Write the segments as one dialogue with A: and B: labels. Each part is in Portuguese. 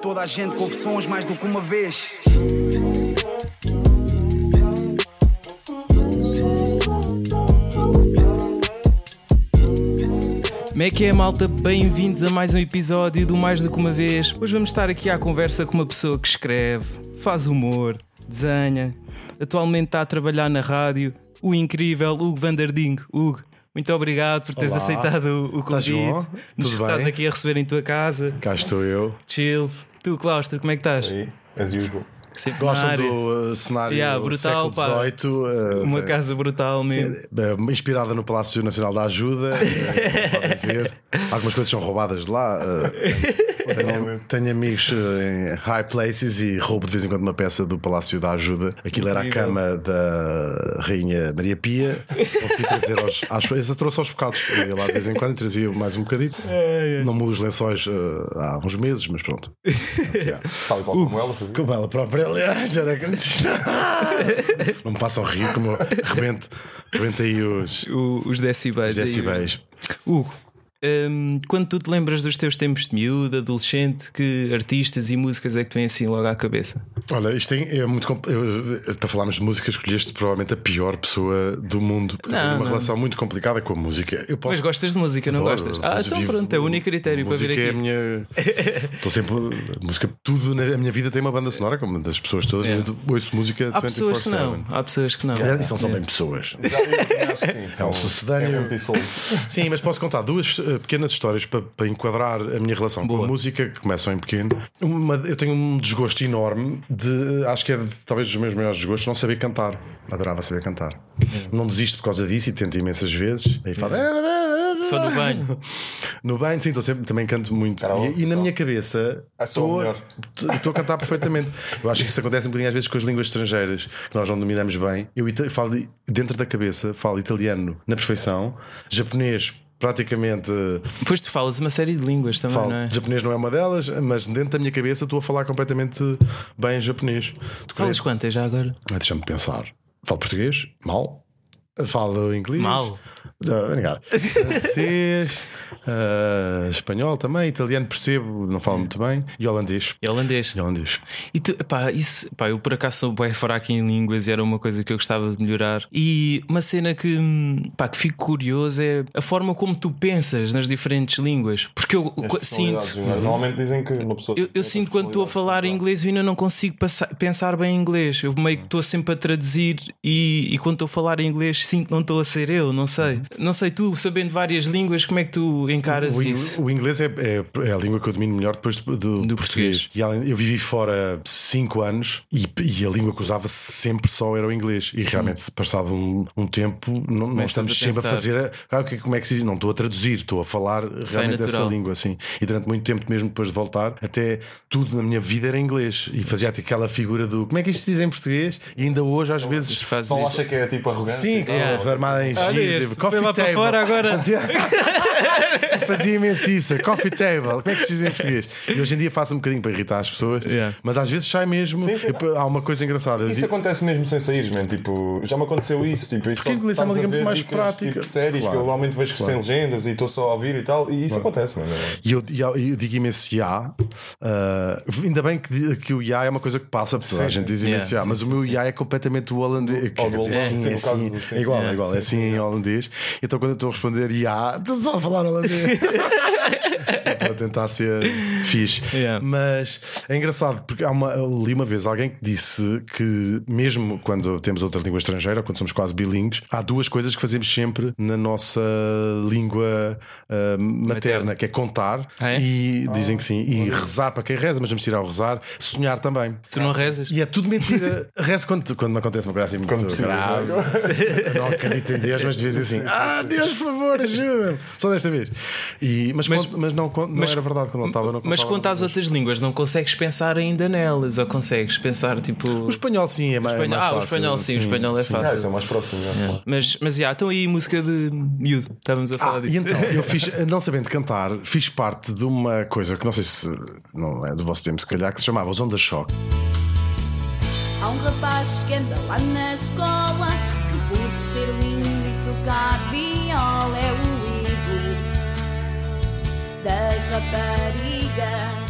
A: toda a gente, confissões mais do que uma vez.
B: Como é que é, malta? Bem-vindos a mais um episódio do Mais do que uma vez. Hoje vamos estar aqui à conversa com uma pessoa que escreve, faz humor, desenha, atualmente está a trabalhar na rádio, o incrível Hugo Vandarding. Hugo, muito obrigado por teres
C: Olá.
B: aceitado o
C: Estás
B: convite.
C: bom?
B: Nos
C: Tudo
B: estás
C: bem?
B: aqui a receber em tua casa.
C: Cá estou eu.
B: Chill. Tu, Claustro, como é que estás?
D: Aí, as usual.
B: Sempre na
C: Gostam
B: área.
C: do uh, cenário
B: Yeah,
C: do
B: brutal,
C: século
B: pá.
C: XVIII, uh,
B: Uma assim.
C: tem-
B: casa brutal mesmo.
C: eh, inspirada no Palácio Nacional da Ajuda. eh, podem ver. Algumas coisas são roubadas de lá. eh, tenho, tenho amigos eh, em high places e roubo de vez em quando uma peça do Palácio da Ajuda. Aquilo era a
B: Incrível.
C: cama da Rainha Maria Pia. Consegui trazer aos. Às vezes trouxe aos bocados. Eu ia lá de vez em quando e trazia mais um bocadinho.
B: É,
C: Não mudo os lençóis eh, há uns meses, mas pronto. Yeah.
D: Tal e qual como ela fazia.
C: Como ela própria, aliás, era como se- Não me façam rir, como eu rebento, rebento aí os
B: O- os decibéis. aí.
C: decibéis.
B: Hugo, hum, quando tu te lembras dos teus tempos de miúdo, adolescente, que artistas e músicas é que te vêm assim logo à cabeça?
C: Olha, isto tem- é muito. compl- eu- eu- Para falarmos de música, escolheste provavelmente a pior pessoa do mundo, porque eu
B: Não,
C: tenho uma
B: não.
C: relação muito complicada com a música. Eu posso.
B: Mas gostas de música, não
C: Adoro,
B: gostas? Ah,
C: mas
B: então
C: vivo-
B: pronto, é o único critério para vir aqui.
C: música É a minha. Estou sempre. a Música, tudo na a minha vida tem uma banda sonora, como das pessoas todas, mas eu ouço música
B: É. Há pessoas que
C: 24-7.
B: não, há pessoas que não.
C: É, E são só bem pessoas.
D: Já eu também acho que sim. São-
C: um sucedâneo.
D: É muito insolto.
C: Sim, mas posso contar duas eh, pequenas histórias para, para enquadrar a minha relação com
B: Boa.
C: a música, que começam em pequeno. Uma- eu tenho um desgosto enorme de. Acho que é talvez dos meus maiores desgostos não saber cantar. Adorava saber cantar. Não desisto por causa disso e tento imensas vezes. Aí faz. É,
B: Só no banho.
C: No banho, sim, estou sempre, também canto muito.
D: Karaoke,
C: E, e na
D: então.
C: minha cabeça
D: Ah, sou o
C: estou
D: melhor.
C: estou a cantar perfeitamente. Eu acho que isso acontece um bocadinho às vezes com as línguas estrangeiras, que nós não dominamos bem. Eu ita- falo de- dentro da cabeça, falo italiano na perfeição, japonês. Praticamente eh,
B: Depois tu falas uma série de línguas também,
C: falo.
B: não é?
C: Japonês não é uma delas, mas dentro da minha cabeça estou a falar completamente bem japonês. Tu
B: Falas quantas já agora?
C: ah, Deixa-me pensar. Falo português? Mal. Falo inglês?
B: Mal.
C: Ah, vou negar. Francês, ah, espanhol também, italiano percebo, não falo muito bem. E holandês.
B: E holandês.
C: E É holandês.
B: E tu, pá, isso, pá, eu por acaso sou bem fraco em línguas e era uma coisa que eu gostava de melhorar. E uma cena que, hum, pá, que fico curioso é a forma como tu pensas nas diferentes línguas. Porque eu co- sinto.
D: Personalidades, não é? Normalmente dizem que uma pessoa.
B: Eu, eu sinto quando estou a
D: tipo,
B: falar em inglês eu ainda não consigo passa- pensar bem em inglês. Eu meio que
C: Hum.
B: estou sempre a traduzir e, e quando estou a falar em inglês sinto que não estou a ser eu, não sei. Não sei, tu sabendo várias línguas, como é que tu encaras
C: Uhum. O, in-
B: isso?
C: o inglês é, é- é a língua que eu domino melhor depois do, do
B: Do português.
C: português. E além- eu vivi fora 5 anos e, e a língua que usava sempre só era o inglês. E realmente, passado um, um tempo, não, não
B: Começas
C: estamos
B: Hum. a
C: sempre a
B: pensar.
C: fazer. a- ah, o que- como é que se diz? Não estou a traduzir, estou a falar realmente dessa
B: é natural.
C: língua. Assim. E durante muito tempo, mesmo depois de voltar, até tudo na minha vida era inglês. E fazia até aquela figura do como é que isto se diz em português? E ainda hoje, às vezes,
B: Fazes
D: Só
B: isso.
D: acha que é tipo arrogância.
C: Sim,
D: Então,
C: claro, armada em
B: Olha
C: giro,
B: este,
C: tipo, coffee
B: foi lá para
C: table.
B: fora agora.
C: Fazia... Fazia imenso isso, coffee table. Como é que se diz em português? E hoje em dia faço um bocadinho para irritar as pessoas,
B: Yeah.
C: mas às vezes sai mesmo.
D: Sim, sim.
C: Eu- há uma coisa engraçada.
D: Isso é acontece mesmo sem saíres, man. Tipo, já me aconteceu isso. Tipo, isso
C: Porque a inglês é uma língua muito mais prática.
D: Tipo, séries
C: Claro.
D: que eu normalmente vejo que
C: Claro.
D: sem legendas e estou só a ouvir e tal. E isso acontece, mano.
C: E eu, e eu- eu digo imenso ya. Ah, ainda bem que, que o ya é uma coisa que passa por toda a
D: Sim,
C: gente
D: sim.
C: diz
B: Yeah,
C: imenso ya,
B: sim,
C: mas o
B: sim,
C: meu
B: sim.
C: ya é completamente o holandês. Quer
D: do
C: dizer,
D: holandês,
C: sim,
D: sim,
C: é
D: no caso
C: assim,
D: do- sim.
C: é igual, é
B: Yeah,
C: igual,
D: sim,
C: é assim em holandês. Então quando eu estou a responder ya, estou só a falar holandês. Eu estou a tentar ser fixe.
B: Yeah.
C: Mas é engraçado, porque há uma, eu li uma vez alguém que disse que, mesmo quando temos outra língua estrangeira, ou quando somos quase bilíngues, há duas coisas que fazemos sempre na nossa língua ah, materna,
B: Materna.
C: que é contar
B: Ah, é?
C: e dizem que sim, e rezar para quem reza, mas vamos tirar o rezar, sonhar também.
B: Tu não rezas?
C: E é tudo mentira. Rezo quando, quando me acontece uma coisa assim muito
D: Quando precisa,
C: grave. Não acredito em Deus, mas de vez em assim: Ah, Deus, por favor, ajuda-me. Só desta vez. E, mas,
B: Mas-
C: conto- mas não, conto- não
B: mas-
C: era verdade quando eu estava. Não
B: Mas
C: contava,
B: quanto às
C: mas-
B: outras línguas, não consegues pensar ainda nelas, ou consegues pensar tipo.
C: O espanhol sim é mais,
B: espanhol-
C: é mais
B: ah, o
C: fácil,
B: espanhol sim, o espanhol é fácil.
D: Ah, isso é mais próximo. já.
B: Mas, mas já, então aí música de miúdo, estávamos a falar
C: Ah,
B: disso.
C: e então, eu fiz, não sabendo cantar, fiz parte de uma coisa que não sei se não é do vosso tempo, se calhar, que se chamava Os Onda Choque.
E: Há um rapaz que anda lá na escola Que por ser lindo e tocar viola É o ídolo das raparigas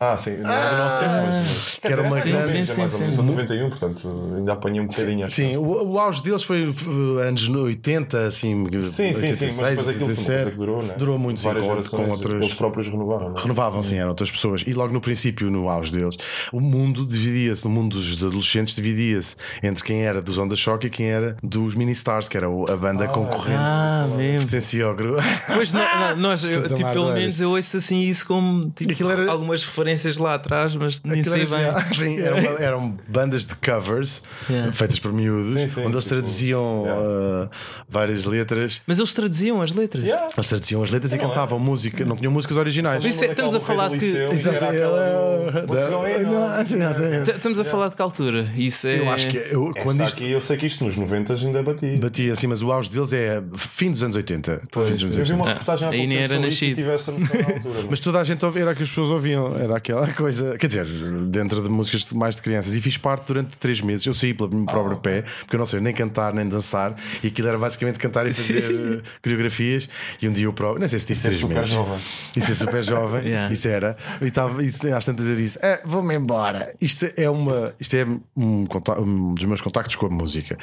D: Ah, sim, não é do nosso tempo, mas.
C: Que era uma
D: Sim,
C: grande.
D: sim,
B: sim,
D: sim, mais ou
B: sim,
D: menos.
B: sim.
D: Sou de 91, portanto ainda apanhei um bocadinho.
C: Sim, o, o auge deles foi uh, anos 80, assim,
D: Sim, sim, sim, mas depois aquilo foi uma coisa que durou, né?
C: durou muito, sim,
D: Várias
C: com,
D: gerações,
C: com
D: Eles
C: outras.
D: próprios renovaram, né?
C: Renovavam, sim, eram outras pessoas. E logo no princípio, no auge deles, o mundo dividia-se, o mundo dos adolescentes dividia-se entre quem era dos Onda Shock e quem era dos Ministars, que era o- a banda concorrente.
B: Ah, mesmo.
C: Pertencia ao grupo.
B: Pois na- na- nós, eu,
C: São
B: tipo, pelo
C: Tomás
B: menos eu ouço assim isso como tipo,
C: Ah! Aquilo era-
B: algumas referências lá atrás, mas nem
C: Aquilo
B: sei
C: era
B: bem.
C: genial. Sim, eram, eram bandas de covers
B: Yeah.
C: feitas por miúdos,
D: Sim, sim,
C: onde eles
D: tipo,
C: traduziam uh, várias letras.
B: Mas eles traduziam as letras.
D: Yeah.
C: Eles traduziam as letras e cantavam música, não tinham músicas originais.
B: Por isso é- estamos a falar que-
D: Exato,
C: Exatamente. é Não, exatamente.
B: T- Estamos a falar de que altura? Isso é.
C: Eu acho que eu- quando
D: Quando
C: isto
D: aqui, eu sei que isto nos 90 ainda é batia.
C: batia assim, mas o auge deles é fim dos anos 80. Fim dos anos
D: Eu vi
C: 80.
D: uma reportagem há
B: Ah, aí
D: pouco
B: nem
D: tempo
B: era
D: sobre isso e
B: nascido.
D: tive essa noção na altura.
C: Mas toda a gente ouvia, era o que as pessoas ouviam, era aquela coisa, quer dizer, dentro de músicas de- mais de crianças. E fiz parte durante três meses, eu saí pelo meu próprio pé, porque eu não sei nem cantar nem dançar, e aquilo era basicamente cantar e fazer eh, coreografias. E um dia eu próprio, não sei se tive
D: é
C: três
D: super
C: meses.
D: jovem.
C: Isso é super jovem,
B: Yeah.
C: isso era. E estava, isso, às tantas eu disse: "Ah, vou-me embora. Isto é, uma, isto é um, conta- um dos meus contactos com a música.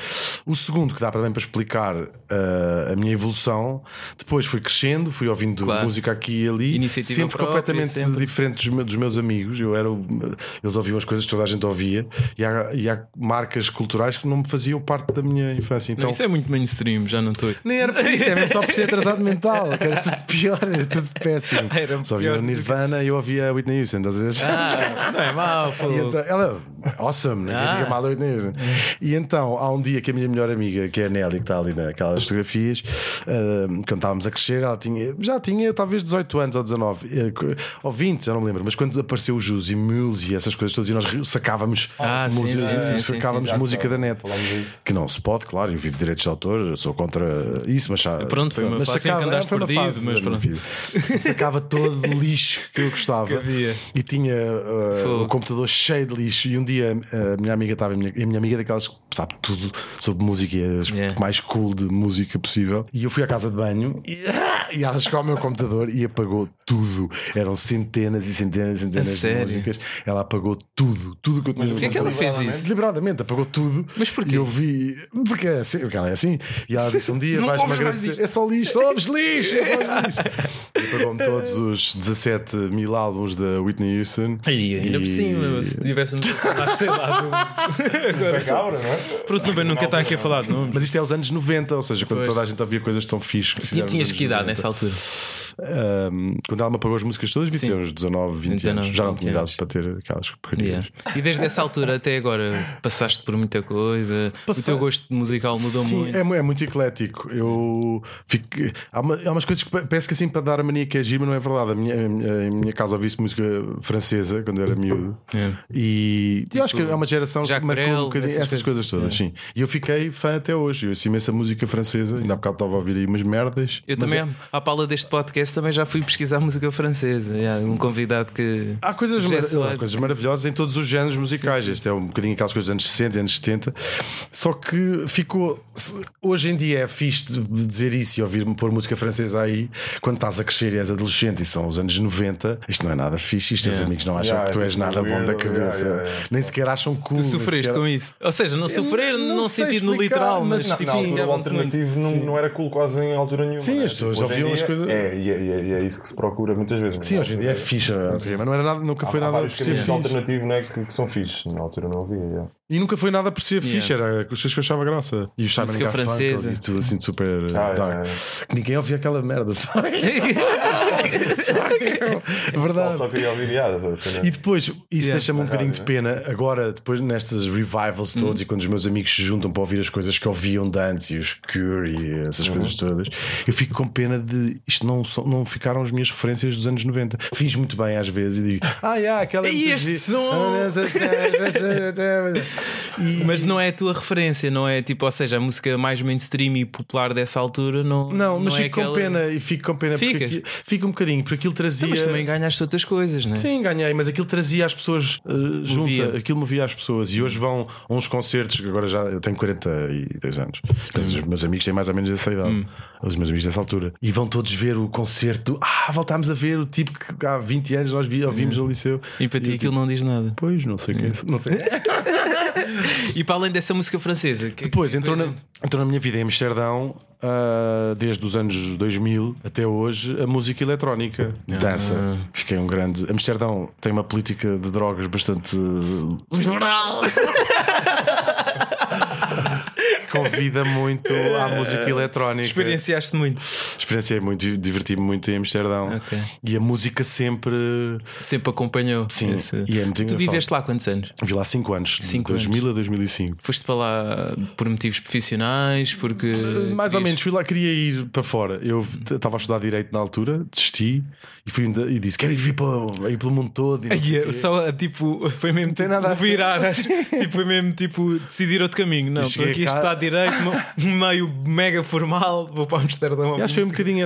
C: O segundo, que dá também para explicar ah, a minha evolução, depois fui crescendo, fui ouvindo
B: Claro.
C: música aqui e ali,
B: Iniciativa
C: sempre
B: própria,
C: completamente
B: sempre.
C: diferente dos, me- dos meus amigos. Eu era, o- eles ouviam as coisas que toda a gente ouvia, e há, e há marcas culturais que não me faziam parte da minha infância. Então,
B: Não, isso é muito mainstream, já não estou.
C: nem era por isso, é mesmo só por ser atrasado mental. que Era tudo pior, era tudo péssimo.
B: Era
C: só havia
B: pior
C: o
B: do que-
C: Nirvana e eu ouvia Whitney Houston, às vezes.
B: Ah, não é mau, pô.
C: E então, ela é awesome, ninguém
B: Ah.
C: diga mal da Whitney Houston. E então, há um dia que a minha melhor amiga, que é a Nelly, que está ali naquelas fotografias, ah, quando estávamos a crescer, ela tinha, já tinha talvez 18 anos ou 19, eh, ou 20, já não me lembro, mas quando apareceu o Jus e Mules e essas coisas todas, e nós re- sacávamos,
B: Ah, sim,
C: música-
B: sim, sim, sim,
C: sacávamos
D: sim, sim.
C: música da net.
D: Falámos aí.
C: Que não se pode, claro, eu vivo direitos de autor, eu sou contra isso, mas já-
B: Pronto, foi uma
C: mas
B: fase em que
C: sacava-
B: andaste
C: foi uma
B: perdido, mas
C: fase da minha
B: pronto.
C: vida. Sacava todo o lixo que eu gostava
B: Que havia.
C: e tinha uh,
B: Fogo.
C: o computador cheio de lixo. E um dia uh, a minha amiga estava, a minha, a minha amiga é daquelas que sabe tudo sobre música e é as
B: Yeah.
C: mais cool de música possível. E eu fui à casa de banho e, e ela chegou ao meu computador e apagou tudo. Eram centenas e centenas
B: A
C: e centenas de
B: sério?
C: músicas. Ela apagou tudo, tudo que eu tinha no
B: Porquê que
C: computador.
B: ela fez isso?
C: Deliberadamente apagou tudo.
B: Mas porquê?
C: E eu vi. Porque, é assim, porque ela é assim. E ela disse um dia:
B: Não
C: vais-me
B: ouves mais
C: agradecer.
B: isto."
C: É só lixo, só ouves lixo, é só ouves lixo. E pagou-me todos os 17 mil álbuns da Whitney Houston.
B: E ainda por cima, se tivéssemos a falar, sei lá. um
D: Mas é cabra, não é?
B: Pronto, também nunca está aqui a falar de nomes.
C: Mas isto é aos anos 90, ou seja, quando
B: Pois.
C: toda a gente ouvia coisas tão fixe que
B: E
C: fizeram.
B: tinhas
C: nos
B: que idade
C: anos
B: nessa altura?
C: 90. Ahm, quando ela me apagou as músicas todas,
B: Sim.
C: tinha uns 19, 20
B: 19,
C: anos. Já não
B: 20
C: tinha idade
B: anos.
C: para ter aquelas porcarias.
B: Yeah. E desde essa altura até agora passaste por muita coisa, o
C: Passei-
B: teu gosto musical mudou
C: Sim,
B: muito.
C: É, mu- é muito eclético. Eu fico, há, uma- há umas coisas que pa- parece que assim para dar a mania que é giro, mas não é verdade. A minha, a minha, a minha casa ouvisse música francesa quando era miúdo.
B: É.
C: E eu acho que é uma geração que
B: Jacques
C: marcou
B: Brel,
C: um bocadinho
B: essas
C: essas, coisas todas,
B: É.
C: sim. E eu fiquei fã até hoje. Eu ouço imensa música francesa, ainda há bocado estava a ouvir aí umas merdas.
B: Eu
C: Mas é
B: também, à pala deste podcast, também já fui pesquisar música francesa. Yeah, um convidado que.
C: Há coisas,
B: José
C: mara-
B: Soares.
C: há coisas maravilhosas em todos os géneros musicais. Este é um bocadinho aquelas coisas dos anos 60 e anos 70. Só que ficou. se- Hoje em dia é fixe de- de dizer isso e ouvir-me pôr música francesa aí. Quando estás a crescer e és adolescente e são os anos 90, isto não é nada fixe. Isto os teus amigos não acham
D: Yeah,
C: que tu
D: é
C: és
D: tipo
C: nada bom
D: weirdo,
C: da cabeça.
D: yeah, yeah, yeah.
C: Nem sequer acham cool.
B: Tu
C: nem
B: sofreste
C: sequer-
B: com isso. Ou seja, não sofrer
C: não
B: num
C: sei
B: sentido no
C: explicar,
B: literal, mas, tipo,
C: mas
D: Na,
C: Sim,
D: na altura
B: já
D: o alternativo não, não era cool quase em altura nenhuma.
C: Sim,
D: né?
C: as pessoas
D: Tipo, hoje em
C: ouviam as
D: dia
C: coisas-
D: É, e é, e é, e é isso que se procura muitas vezes. mas
C: Sim,
D: na
C: hoje em dia é
D: altura-
C: fixe, não sei o quê, mas não era nada, nunca foi
D: Há
C: nada por
D: vários
C: ser
D: caminhos
C: fixe.
D: alternativos né, que, que são fixos. Na altura não havia. yeah.
C: E nunca foi nada por ser fixe, era as coisas que eu achava graça. E o Simon
B: Música francesa.
C: Garfunkel e tudo assim de super eh,
D: Ah, é,
C: dark. Ninguém ouvia aquela merda, sabe?
D: Só,
C: Verdade.
D: só né? queria ouvir piadas. Assim, né?
C: E depois, isso deixa-me um
D: Verdade,
C: bocadinho de pena. Agora, depois nestas revivals
B: Hum.
C: todos e quando os meus amigos se juntam para ouvir as coisas que ouviam de antes e os Cure e essas
B: Uhum.
C: coisas todas, eu fico com pena de isto não, são- não ficaram as minhas referências dos anos 90. Fiz muito bem às vezes e digo, ah, yeah, aquela. é
B: E
C: muito
B: este
C: gira."
B: som? E- Mas não é a tua referência, não é? Tipo, ou seja, a música mais mainstream e popular dessa altura não.
C: Não, mas
B: é
C: fico com
B: aquela-
C: pena e fico com pena porque
B: Ficas?
C: aqui- fico um bocadinho, porque aquilo trazia.
B: Sim, mas também ganhaste outras coisas, não é?
C: Sim, ganhei, mas aquilo trazia as pessoas eh, junta, aquilo movia as pessoas. E hoje vão a uns concertos, que agora já eu tenho 42 anos. Os meus amigos têm mais ou menos essa idade,
B: Hum.
C: os meus amigos dessa altura. E vão todos ver o concerto. Ah, voltámos a ver o tipo que há 20 anos nós vi- ouvimos no liceu.
B: Hum. E para ti
C: eu tipo,
B: aquilo não diz nada.
C: Pois, não sei o que é isso. Não sei.
B: E para além dessa música francesa, que-
C: Depois entrou na, entrou na minha vida em Amsterdão ah, desde os anos 2000 até hoje a música eletrónica.
B: Ah.
C: Dança. Fiquei um grande. Amsterdão tem uma política de drogas bastante eh, liberal. Convida muito à música eletrónica.
B: experienciaste muito.
C: Experienciei muito, e diverti-me muito em Amsterdão.
B: Ok.
C: E a música sempre.
B: Sempre acompanhou.
C: Sim,
B: esse-
C: e é muito
B: tu
C: engraçado.
B: viveste lá quantos anos?
C: Vi lá 5 anos, de
B: Cinco
C: 2000 a 2005.
B: Foste para lá por motivos profissionais, porque.
C: Eh, Mais ou
B: querias-
C: menos, fui lá, queria ir para fora. Eu t- estava a estudar direito na altura, desisti e, fui, ainda- e disse: Quero ir vir para, ir pelo mundo todo. e não
B: Ai,
C: sei o
B: é,
C: quê."
B: só tipo, foi mesmo
C: tem
B: tipo,
C: nada a ser.
B: virar, tipo, foi mesmo tipo decidir outro caminho. Não,
C: E
B: estou
C: cheguei
B: aqui a
C: cá-
B: estudar direito, mo- meio mega formal, vou para Amsterdão
C: E
B: ouvir
C: acho que foi um
B: música-
C: bocadinho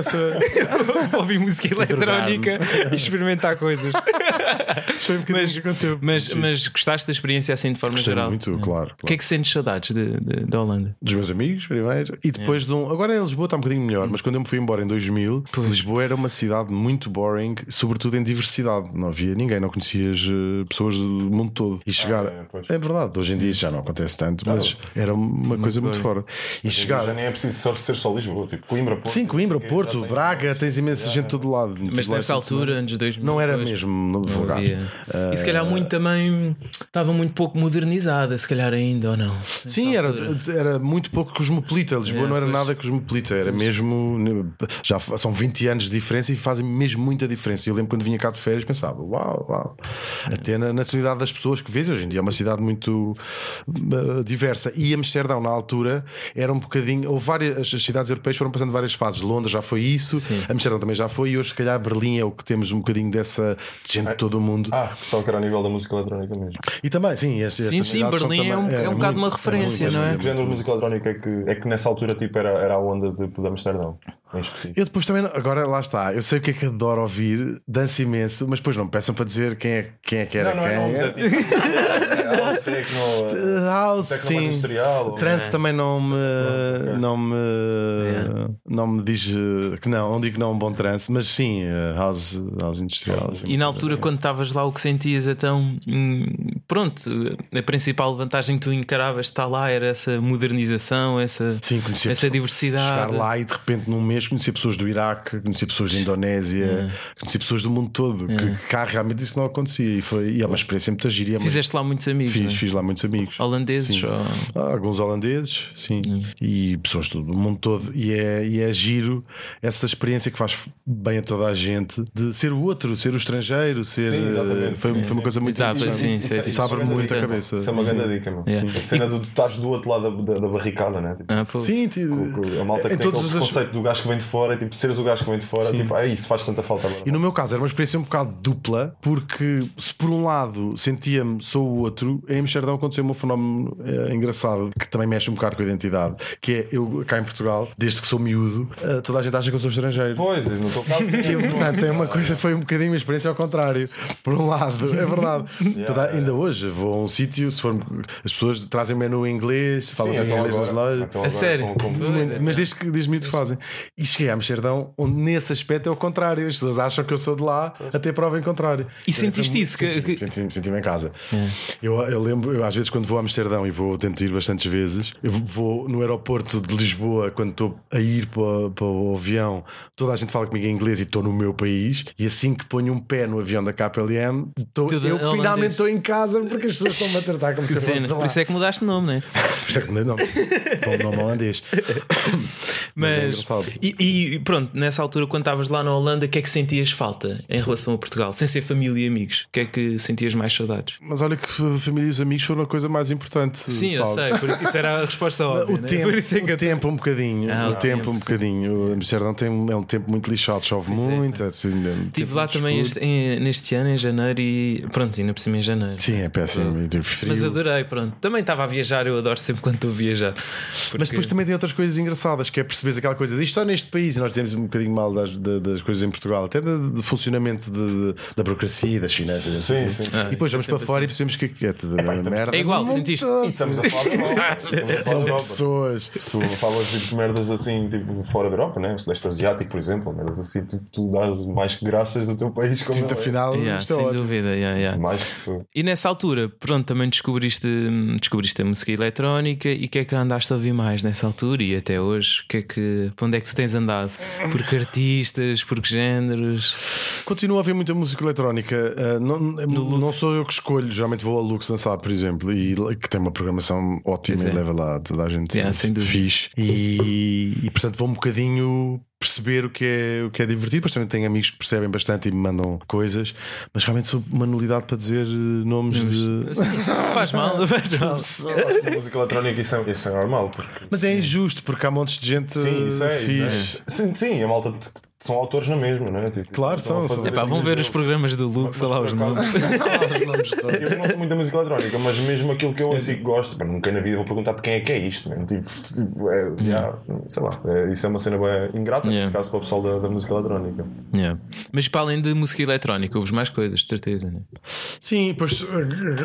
C: essa.
B: ouvir música eletrónica e experimentar coisas.
C: acho que foi um bocadinho
B: Mas-
C: o que aconteceu.
B: Mas,
C: Sim.
B: mas gostaste da experiência assim de forma
C: Gostei
B: geral?
C: muito,
B: É.
C: claro,
B: O que é
C: claro.
B: que sentes saudades de- de- da Holanda?
C: Dos meus amigos, primeiro, e depois de um. Agora em Lisboa está um bocadinho melhor, mas quando eu me fui embora em 2000, Lisboa era uma cidade muito boring, sobretudo em diversidade. Não havia ninguém, não conhecias eh, pessoas do mundo todo. E chegar.
D: é, pois.
C: é verdade, hoje em dia isso já não acontece tanto, mas era uma coisa muito fora. E chegar.
D: Já nem é preciso só ser só Lisboa, tipo Coimbra, Porto.
C: Sim, Coimbra,
D: não sei o quê, já
C: Porto,
D: tens-
C: Braga, tens imensa gente de todo lado.
B: Mas
C: Tudo lá
B: nessa
C: é
B: altura, anos 2000,
C: Não era
B: depois,
C: mesmo Eh, no
B: não
C: lugar.
B: havia. E se calhar muito também estava muito pouco modernizada, se calhar ainda ou não.
C: Sim, era, era muito pouco cosmopolita. Lisboa
B: É,
C: não era
B: pois.
C: nada cosmopolita, era mesmo. Já fa- são 20 anos de diferença e fazem mesmo muita diferença. Eu lembro quando vinha cá de férias pensava, uau, uau. Até na nacionalidade das pessoas que vês hoje em dia, é uma cidade muito uh, diversa. E Amsterdão, na altura, era um bocadinho. Ou várias, as cidades europeias foram passando várias fases. Londres já foi isso,
B: Sim.
C: Amsterdão também já foi, e hoje, se calhar, Berlim é o que temos um bocadinho dessa de gente de todo o mundo.
D: Ah, só que era a nível da música eletrónica mesmo.
C: E também, sim, esta,
B: Sim,
C: esta
B: sim,
C: cidade são
B: Berlim é um-
C: também-
B: é um bocado uma referência, não é?
D: Que género de música eletrónica é que, é que nessa altura tipo, era, era a onda de, de Amsterdão, em específico?
C: Eu depois também, não- agora lá está, eu sei o que é que adoro ouvir, danço imenso, mas depois não me peçam para dizer quem é, quem é que era
D: Não, não
C: quem.
D: é nomes, é tipo. é house techno,
C: Uh, House,
D: Tecno mais
C: sim.
D: industrial, ou-
C: Trance também não me. Não me.
B: É.
C: Não me diz. uh, que Não, não digo que não é um bom trance, mas sim, uh, house, house industrial. assim.
B: E na altura, quando estavas lá, o que sentias então? hum, Pronto, a principal vantagem que tu encaravas de estar lá era essa modernização, essa,
C: Sim, conhecer
B: essa
C: pessoas. Chegar
B: diversidade.
C: lá e de repente num mês conhecer pessoas do Iraque, conhecer pessoas da Indonésia,
B: É.
C: conhecer pessoas do mundo todo, que cá realmente isso não acontecia e, foi, e é uma experiência muito gira. e é muito-
B: Fizeste lá muitos amigos
C: Fiz,
B: não é?
C: fiz lá muitos amigos.
B: holandeses.
C: Sim.
B: ou-
C: Ah, alguns holandeses, sim, e pessoas do mundo todo. E é, e é giro essa experiência que faz bem a toda a gente de ser o outro, ser o estrangeiro, ser. eh,
D: Sim, exatamente.
C: Foi,
D: Sim,
C: foi uma
D: sim.
C: coisa muito
B: Dá para-
C: interessante.
B: sim, sim,
C: Isso abre
D: é uma
C: muito a
D: grande
C: cabeça.
D: dica. Isso é uma grande dica, meu.
B: Yeah.
D: Sim. A cena do estás do outro lado da, da- da barricada, né? Tipo,
B: Ah, pô.
C: Sim, ti-
D: o- o- a malta que
C: em
D: tem aquele
C: todos os
D: conceito do gajo que vem de fora, e, tipo, seres o gajo que vem de fora, tipo, ah, isso faz tanta falta agora.
C: E no meu caso era uma experiência um bocado dupla, porque se por um lado sentia-me sou o outro, em Amsterdão aconteceu um fenómeno eh, engraçado que também mexe um bocado com a identidade, que é eu cá em Portugal, desde que sou miúdo, eh, toda a gente acha que eu sou estrangeiro.
D: Pois, no teu caso, tinha
C: E,
D: esse nome.
C: portanto, é uma coisa, foi um bocadinho a minha experiência ao contrário. Por um lado, é verdade. Toda- Ainda hoje vou a um sítio, se for, as pessoas trazem menu em inglês, falam
D: Sim,
C: em
D: então
C: inglês nas
D: agora,
C: lojas.
D: então
B: A
D: agora
B: sério?
D: com- com-
B: Pois é.
C: Mas desde que desde miúdo fazem. E cheguei a Amsterdão, onde nesse aspecto é o contrário. As pessoas acham que eu sou de lá, até prova em contrário.
B: E sentiste
C: Foi-
B: isso? Que-
C: senti-
B: que- É.
C: senti- Senti-me em casa. Eu, eu lembro, eu, às vezes, quando vou a Amsterdão e vou, tento ir bastantes vezes, eu vou no aeroporto de Lisboa, quando estou a ir para, para o avião, toda a gente fala comigo em inglês e estou no meu país. E assim que ponho um pé no avião da KPLM, estou-
B: Tudo
C: eu
B: holandês.
C: finalmente estou em casa porque as pessoas estão-me a tratar como se eu fosse de
B: Cena. Por
C: lá.
B: isso é que mudaste de nome, não é?
C: Por isso é que não, não, não holandês. Mas
B: Mas,
C: é engraçado.
B: e E, e pronto, nessa altura, quando estavas lá na Holanda, o que é que sentias falta em relação a Portugal? Sem ser família e amigos, o que é que sentias mais saudades?
C: Mas olha que f- família e os amigos foram a coisa mais importante.
B: Sim, eu
C: sabes?
B: sei, por isso isso era a resposta óbvia.
C: O
B: né?
C: tempo,
B: Por isso é que
C: o
B: eu-
C: tempo um bocadinho.
B: Ah,
C: o
B: ok,
C: tempo um
B: eu percebi.
C: bocadinho. O Amsterdão tem, é um tempo muito lixado, chove
B: Pois é,
C: muito. assim, é um tempo
B: Estive lá
C: muito
B: também
C: escuro.
B: este- em- neste ano, em janeiro, e pronto, ainda por cima em janeiro.
C: Sim, é péssimo. é frio.
B: Mas adorei, pronto. Também estava a viajar, eu adoro sempre quando estou a viajar.
C: Mas
B: Porque-
C: depois também tem outras coisas engraçadas, que é perceberes aquela coisa disto só neste país, e nós dizemos um bocadinho mal das, da- das coisas em Portugal, até do do funcionamento de- da burocracia, das finanças. assim.
D: Sim, sim.
B: Ah,
C: E depois vamos para
B: sempre
C: fora e percebemos que é tudo uma merda.
B: É igual, sentiste?
D: E estamos a falar de Europa. Estamos a falar
C: São
D: de Europa.
C: pessoas.
D: Se tu falas de merdas assim, tipo, fora da Europa, né? O Sudeste Asiático, por exemplo, merdas assim, tipo, tu dás mais que graças do teu país como
C: Sinto,
D: ele é.
C: afinal,
B: Yeah,
C: isto é
B: sem
C: ótimo.
B: dúvida, yeah, yeah.
D: Mais que foi.
B: E nessa altura, pronto, também descobriste, hum, descobriste a música eletrónica e o que é que andaste a ouvir mais nessa altura e até hoje? O Que é que, para onde é que tu tens andado? Por que artistas, por que géneros?
C: Continuo a ouvir muita música eletrónica. ah, não, não sou eu que escolho, geralmente vou ao Lux dançar, por exemplo, e que tem uma programação ótima
B: Pois é.
C: e leva lá toda a gente
B: Yeah, sem dúvida.
C: fixe. E, e, portanto vou um bocadinho perceber o que é, o que é divertido. Depois também tenho amigos que percebem bastante e me mandam coisas, mas realmente sou uma nulidade para dizer eh, nomes de.
B: Não faz mal, não faz mal.
D: Eu acho que música eletrónica isso é, isso é normal, porque.
C: Mas é injusto, porque há montes de gente
D: Sim, isso é.
C: fixe.
D: Isso é. Sim, sim, a malta t- são autores na mesma, não é? Tipo,
C: Claro,
D: estão a
C: são,
D: fazer
C: são.
B: Epá, vão ver os
D: coisas
B: programas do Lux, sei lá os
D: por acaso-
B: nomes.
D: Eu não sou muito da música eletrónica, mas mesmo aquilo que eu assim gosto, pá, nunca na vida vou perguntar de quem é que é isto, man. tipo, tipo, é, yeah, sei lá, é, isso é uma cena bem ingrata,
B: Yeah.
D: por acaso, para o pessoal da, da música eletrónica.
B: Yeah. Mas para além de música eletrónica, ouves mais coisas, de certeza, né?
C: Sim, pois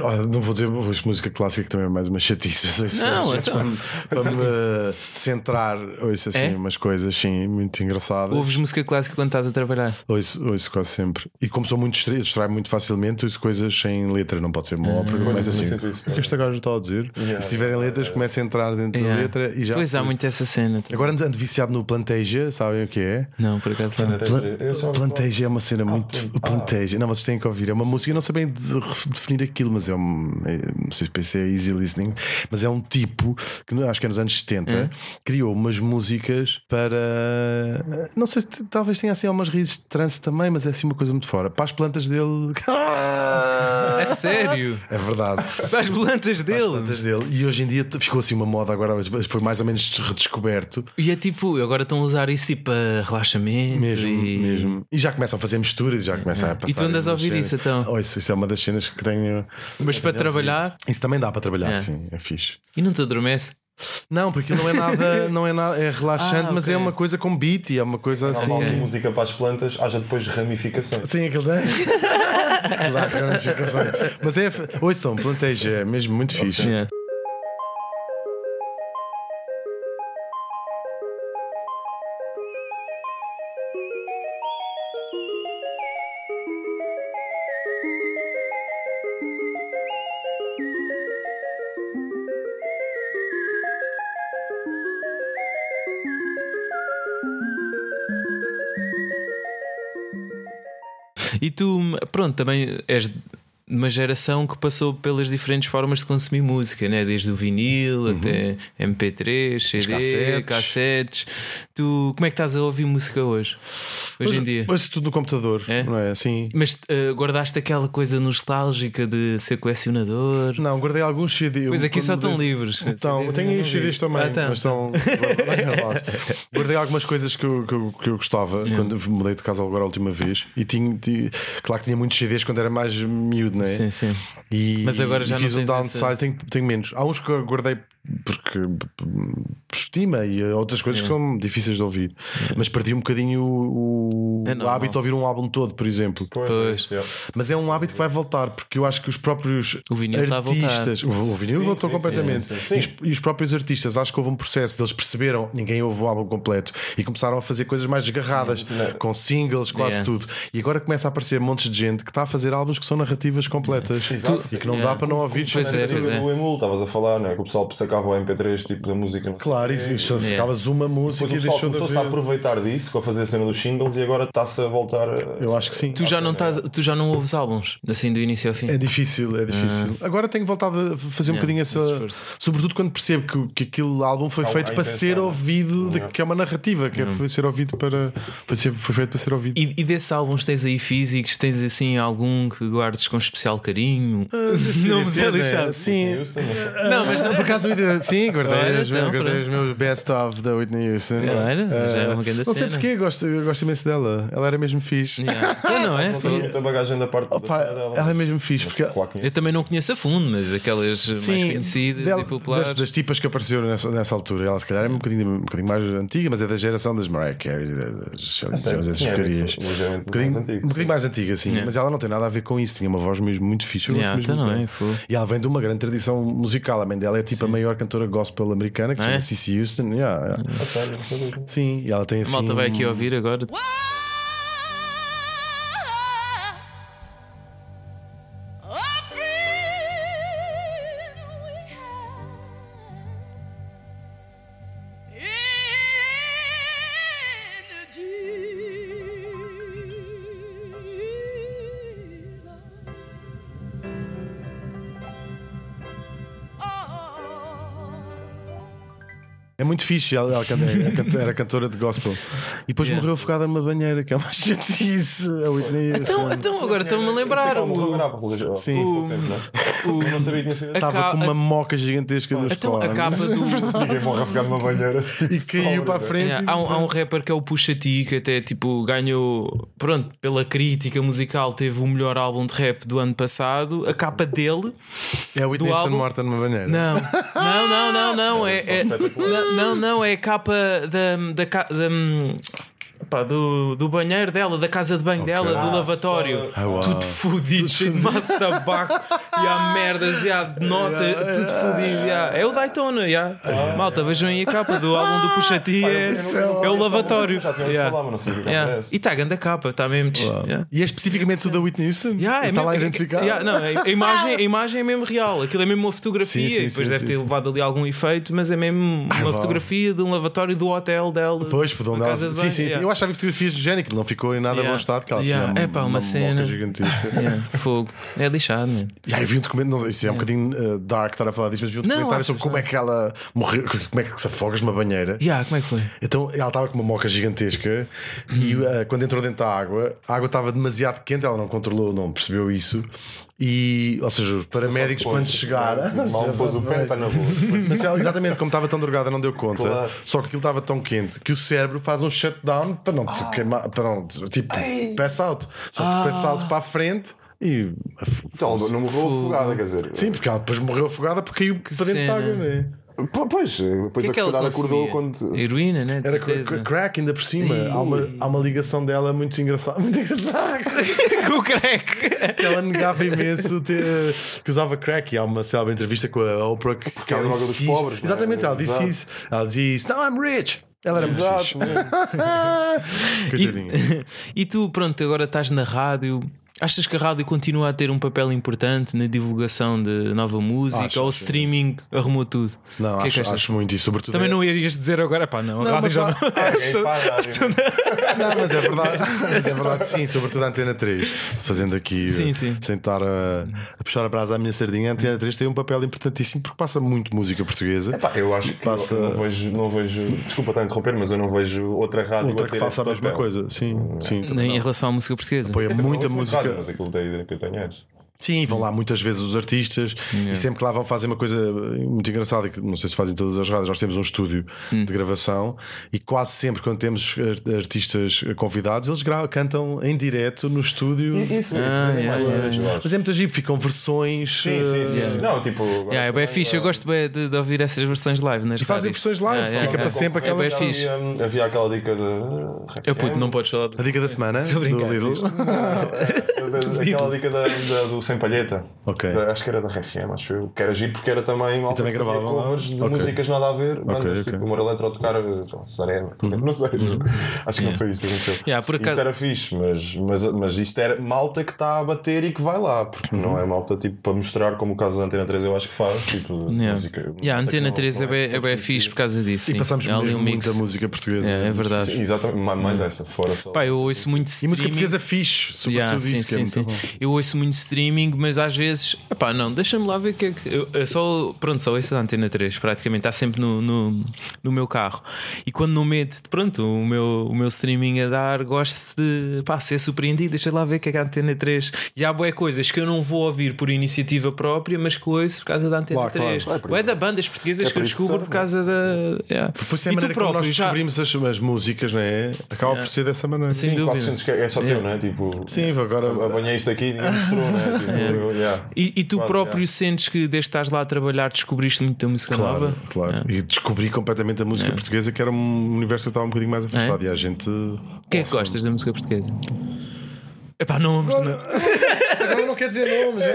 C: ah, não vou dizer pois, música clássica que também é mais uma chatice. mas ouço-
B: Não,
C: ouço-
B: então.
C: para, para me centrar, ouço assim
B: É?
C: umas coisas sim, muito engraçadas.
B: Ouves música clássica quando estás a trabalhar?
C: Ouço, ouço quase sempre. E como sou muito distraído, distraio muito facilmente, ouço coisas sem letra, não pode ser
B: Ah,
C: uma ópera, mas
D: eu
C: assim.
D: sinto isso,
C: O que é que este gajo está a dizer? Se tiverem letras, começa a entrar dentro
B: Yeah.
C: da letra e já.
B: Pois há muito essa cena. tá?
C: Agora ando, ando viciado no Planteja, sabem o que é?
B: Não, por acaso não.
D: Eu só- Ah,
C: Planteja é uma cena muito. Planteja. Não, vocês têm que ouvir. É uma música, eu não sei bem de- definir aquilo, mas é um. é- Não sei se é easy listening, mas é um tipo que não- acho que é nos anos 70 criou umas músicas para. Não sei se t- talvez tenha assim algumas raízes de trance também, mas é assim uma coisa muito fora. Para as plantas dele.
B: É sério?
C: É verdade.
B: Para as plantas dele?
C: Plantas dele. E hoje em dia t- ficou assim uma moda agora, mas foi mais ou menos redescoberto.
B: E é tipo, agora estão a usar isso tipo para relaxamento.
C: Mesmo,
B: e...
C: mesmo. E já começam a fazer misturas, já começam a passar.
B: E tu andas a ouvir
C: umas
B: isso,
C: cenas.
B: então?
C: Oh, isso, isso é uma das cenas que tenho.
B: Mas para trabalhar
C: Isso também dá para trabalhar,
B: É.
C: sim, é fixe.
B: e não te adormece.
C: Não, porque aquilo não é nada, não é nada, é relaxante,
B: Ah,
C: mas
B: ok.
C: é uma coisa com beat e é uma coisa assim.
D: Normal que música para as plantas haja depois ramificações.
C: Sim, aquilo tem. Aquilo dá ramificações. mas é. Hoje são, planteja, é mesmo muito fixe.
B: Yeah. E tu, pronto, também és de uma geração que passou pelas diferentes formas de consumir música, né? desde o vinil até MP3, CD, cassetes.
C: Uhum. cassetes.
B: Tu, como é que estás a ouvir música hoje? Hoje em dia?
C: Ouço tudo no computador,
B: É?
C: não é? Sim.
B: Mas eh, guardaste aquela coisa nostálgica de ser colecionador?
C: Não, guardei alguns um CD.
B: Pois
C: Eu,
B: aqui só
C: quando-
B: estão livres.
C: Então, eu tenho os CDs também,
B: Ah, tá.
C: mas estão. Guardei algumas coisas que eu, que eu, que eu gostava quando mudei de casa agora a última vez. E tinha, tinha- claro que tinha muitos CDs quando era mais miúdo, né?
B: Sim, sim.
C: E,
B: Mas agora
C: e
B: já não
C: fiz um
B: tens
C: downsize,
B: essa-
C: tenho, tenho menos. Há uns que eu guardei porque por estima e há outras coisas que são difíceis de ouvir. Mas perdi um bocadinho o, o
B: É normal.
C: hábito de ouvir um álbum todo, por exemplo.
B: Pois.
D: é.
C: Mas é um hábito que vai voltar, porque eu acho que os próprios
B: O vinil está a voltar.
C: artistas. o, o vinil
D: Sim,
C: voltou
D: sim,
C: completamente.
D: sim, sim, sim.
C: E, os, e os próprios artistas, acho que houve um processo, eles perceberam, ninguém ouve o álbum completo e começaram a fazer coisas mais desgarradas,
D: Uhum.
C: com singles, quase
B: Yeah.
C: tudo. E agora começa a aparecer montes de gente que está a fazer álbuns que são narrativas completas
D: Uhum. Exato.
C: e que não
B: Yeah.
C: dá para não ouvir.
B: Pois é,
D: Essa
B: pois
D: altura
B: é.
D: do Emul, estavas a falar, não é? Que o pessoal se sacava o MP3 tipo da música. não sei
C: Claro,
D: o quê.
C: e só sacavas uma música
D: é. Depois o
C: e deixou de
D: pessoal começou-se a
C: haver.
D: aproveitar disso, com a fazer a cena dos singles e agora está-se a voltar. a-
C: Eu acho que sim.
B: Tu já, não estás, tu já não ouves álbuns, assim do início ao fim.
C: É difícil, é difícil. Agora tenho voltado a fazer um
B: Yeah,
C: bocadinho
B: esse
C: essa.
B: esforço.
C: Sobretudo quando percebo que, que aquele álbum foi
D: Há- há
C: feito para
D: intenção,
C: ser
D: né?
C: ouvido, de- que é uma narrativa, que é- foi ser ouvido para. Foi, ser- foi feito para ser ouvido.
B: E, e desses álbuns tens aí físicos, tens assim algum que guardes com especial
C: Ah,
B: carinho? não me é
C: Quer dizer,
B: deixado.
C: Sim.
D: Houston, mas-
C: Não, mas não, por acaso Whitney- Sim, guardei,
B: Olha,
C: os meus,
B: então,
C: guardei os meus best of da Whitney Houston.
B: Olha, já é uma
C: Ah,
B: grande
C: Não sei
B: cena.
C: porquê, gosto, eu gosto imenso dela. Ela era mesmo fixe.
B: Yeah. Ah, não é?
D: Não tem muita bagagem da parte da
C: Opa,
D: cena dela.
C: ela é mesmo fixe. Porque
D: Claro que
B: Eu também não conheço a fundo, mas aquelas mais conhecidas
C: dela-
B: e populares.
C: Das, das tipas que apareceram nessa, nessa altura. Ela, se calhar, é um bocadinho, um bocadinho mais antiga, mas é da geração das Mariah Carey, e das- das
D: sério?
C: essas
D: Sim, é,
C: porcarias.
D: foi ligeiramente
C: Um bocadinho,
D: mais antiga,
C: um bocadinho
D: sim.
C: mais antiga, sim.
B: Yeah.
C: Mas ela não tem nada a ver com isso. Tinha uma voz mesmo muito fixe. Eu gosto
B: Yeah,
C: mesmo
B: então não
C: dela.
B: é, foi.
C: E ela vem de uma grande tradição musical. A mãe dela é tipo a maior cantora gospel americana, que se
B: Ah, é?
C: chama Cissy Houston. Yeah, yeah. Sim, e ela tem
B: A
C: assim.
B: malta vai aqui ouvir agora.
E: Oh.
C: É muito fixe. Ela, ela canta- era, canto- era cantora de gospel. E depois
B: Yeah.
C: morreu afogada numa banheira, que é uma chatice. A Whitney Houston.
B: Então, então agora estão-me a lembrar.
D: é
B: o-
C: Sim.
D: Eu não sabia que tinha sido.
C: Estava
B: ca-
C: com uma
B: a-
C: moca gigantesca nos
B: Então a
C: cornos.
B: capa do.
D: assim. Ninguém morre a ficar numa banheira. né?
C: E caiu para a frente.
B: Yeah, há, um, há um rapper que é o Pusha T que até tipo ganhou, pronto, pela crítica musical, teve o melhor álbum de rap do ano passado. A capa dele.
C: É a Whitney
B: Do
C: Houston
B: álbum?
C: morta numa banheira.
B: Não, não, não, não, não. É, é- não, não, não, é a capa da. da, ca- da- pá, do, do banheiro dela, da casa de banho dela, do lavatório.
C: Ah, uau.
B: Tudo fudido, cheio de massa de tabaco e há merdas e há de notas, tudo fudido. yeah. É o Daytona, yeah.
D: Ah,
B: malta, vejam aí a capa do álbum do Puxa T, é, é o lavatório.
D: Já tinha
B: Yeah.
D: ouvido falar, mas não sabia o que
B: Yeah.
D: era.
B: E está a grande capa, está mesmo. Yeah.
C: E é especificamente tudo da Whitney Houston?
B: Yeah, é
C: Está tá lá
B: mesmo-
C: identificado?
B: yeah, não, é, a, a imagem, a imagem é mesmo real, aquilo é mesmo uma fotografia.
C: Sim, sim,
B: e depois
C: sim,
B: deve
C: sim,
B: ter
C: sim.
B: levado ali algum efeito, mas é mesmo uma
C: vá.
B: fotografia de um lavatório do hotel dela.
C: Pois, por onde
B: da
C: ela...
B: casa de
C: Sim,
B: banho,
C: sim, sim.
B: yeah.
C: Eu achava fotografias do género que não ficou em nada
B: Yeah.
C: bom estado. Que ela
B: Yeah.
C: tinha
B: É pá, uma
C: moca
B: cena.
C: gigantesca.
B: Yeah, fogo, é lixado, mano.
C: E aí vi um documento, não sei, isso é um bocadinho uh, dark estar a falar disso, mas vi um
B: Não,
C: documentário
B: achas
C: sobre como é que ela morreu, como é que se afogas numa banheira.
B: Yeah, como é que foi?
C: Então ela estava com uma moca gigantesca e
D: Hum.
C: uh, quando entrou dentro da água, a água estava demasiado quente, ela não controlou, não percebeu isso. E, ou seja, os paramédicos, quando chegaram,
D: Mal pôs o pé, está na boa.
C: Mas ela, exatamente, como estava tão drogada, não deu conta.
D: Claro.
C: Só que aquilo estava tão quente que o cérebro faz um shutdown para não
D: Ah.
C: te queimar, para não te- tipo, pass out. Só que pass out para a frente e.
D: Então, não morreu afogada, quer dizer.
C: Sim, porque ela depois morreu afogada porque caiu para dentro da
B: cena.
C: água, né?
D: Po- Pois,
B: O
D: depois
B: que é
D: a
B: que ela
D: cuidada acordou
B: consumia?
D: quando.
B: Heroína, né? De
C: Era cra-
B: certeza.
C: cra- crack ainda por cima. Há uma, há uma ligação dela muito engraçada. Muito engraçada.
B: Com o crack.
C: que ela negava imenso ter- que usava crack. E há uma célebre entrevista com a Oprah que, que
D: é
C: ela
D: droga dos
C: insiste.
D: pobres, não é?
C: Exatamente, ela disse
D: Exato.
C: isso. Ela dizia isso. Não, I'm rich. Ela era muito
D: Exato,
C: fixe.
D: mesmo.
C: Coitadinha.
B: E tu, pronto, agora estás na rádio. Achas que a rádio continua a ter um papel importante na divulgação de nova música
C: Acho,
B: ou o
C: acho,
B: streaming arrumou tudo?
C: Não,
B: O que é que
C: acho,
B: achas?
C: acho muito e sobretudo.
B: Também
C: é-
B: não irias dizer agora, pá, não. a
C: Não,
B: rádio
C: mas,
B: já não.
D: Ninguém Ah, é para, ninguém-
C: não, mas é verdade, mas é verdade, sim, sobretudo a Antena 3. Fazendo aqui,
B: Sim,
C: eh,
B: sim.
C: sem estar a, a puxar a brasa à minha sardinha, a Antena 3 tem um papel importantíssimo porque passa muito música portuguesa.
D: Pá, Eu acho que
C: Passa-
D: eu não vejo, não vejo. Desculpa estar a interromper, mas eu não vejo outra rádio
C: outra que
D: ter
C: faça a
D: esse
C: mesma
D: papel. é? Então,
C: coisa. Sim, sim. também
B: Em relação à música portuguesa.
C: Apoia
D: Não
C: muita
D: ouço muito
C: música.
D: rádio, Mas aquilo da ideia que eu tenho é essa.
C: Sim, vão lá muitas vezes os artistas e sempre que lá vão fazer uma coisa muito engraçada que não sei se fazem todas as rádios. Nós temos um estúdio
B: Hum.
C: de gravação e quase sempre quando temos ar- artistas convidados, eles gra- cantam em direto no estúdio.
D: Isso,
B: Ah,
D: isso,
B: yeah,
D: mais ou menos, eu acho.
C: Mas é muito giro, ficam versões.
D: Sim, sim, sim,
C: eh,
D: sim. Não, tipo. agora
B: Yeah, é bem
D: também,
B: fixe,
D: eh,
B: eu gosto bem de, de ouvir essas versões live nas
C: E fazem
B: rádios.
C: versões live,
B: Yeah, yeah,
C: fica
B: yeah.
C: para sempre
D: concorrência,
C: aquela.
B: É bem fixe.
D: Havia, havia aquela dica de.
B: Eu puto, não podes falar. de-
C: A dica da semana do
B: brincar,
C: Lidl.
D: Aquela dica da, da- do sem palheta.
C: Ok.
D: Da- Acho que era da RFM, acho eu. Que era giro porque era também malta
C: também
D: que fazia
C: gravavam lá?
D: covers de
C: Ok.
D: músicas nada a ver. bandas,
C: ok. Uhum.
D: Tipo, o Moreletro a tocar eh, sei lá, Sarema, por exemplo, não sei. Acho que não foi isto que aconteceu.
B: Yeah, por acaso-
D: Isso era fixe, mas, mas, mas isto era malta que está a bater e que vai lá. Porque
C: Uhum.
D: não é malta tipo para mostrar, como o caso da Antena 3 eu acho que faz. Tipo,
B: Yeah.
D: música.
B: Yeah, a
D: malta que
B: Antena
D: não-
B: 3 é
D: não
B: bem, é bem fixe por causa disso.
C: E
B: sim.
C: passámos
B: Há ali
C: mesmo
B: um mix.
C: muita música portuguesa.
B: É, é verdade.
D: Sim, exatamente, ma- mais essa, fora só.
B: Pá, eu ouço muito
C: E música
B: streaming.
C: portuguesa fixe, sobretudo
B: Yeah,
C: isso, que é muito bom.
B: Eu ouço muito streaming, mas às vezes, pá, não, deixa-me lá ver o que é que. Eu, eu só, pronto, só ouço a antena 3, praticamente, está sempre no, no, no meu carro. E quando não meto, pronto, o meu, o meu streaming a dar, gosto de, pá, ser surpreendido, deixa lá ver o que é que a antena 3. E há boé coisas que eu não vou ouvir por iniciativa própria, mas que ouço por causa da antena
C: Claro, claro.
B: 3.
D: É por
B: Ou é
D: isso.
B: da bandas portuguesas
D: É
B: que
D: por
B: eu
D: isso que
B: descubro por
D: serve,
B: causa da. yeah.
C: Pois é a
B: E tu
C: maneira como nós
B: próprio já-
C: descobrimos as, as músicas, não é? Acaba por ser dessa maneira.
B: Sem
D: Sim,
B: dúvida.
D: quase sentes que é só teu, não é? Tipo,
C: Sim, agora-
D: Apanhei isto aqui e ninguém mostrou, não é? Tipo, eu- yeah.
B: E, e tu
D: Claro,
B: próprio
D: yeah.
B: sentes que desde que estás lá a trabalhar descobriste muita música
C: Claro,
B: nova?
C: claro.
B: É.
C: E descobri completamente a música portuguesa, que era um universo que eu estava um bocadinho mais
B: É.
C: afastado. E a gente.
B: O que é que gostas da música portuguesa? Epá, nomes, não,
C: Agora não é. quer dizer nomes,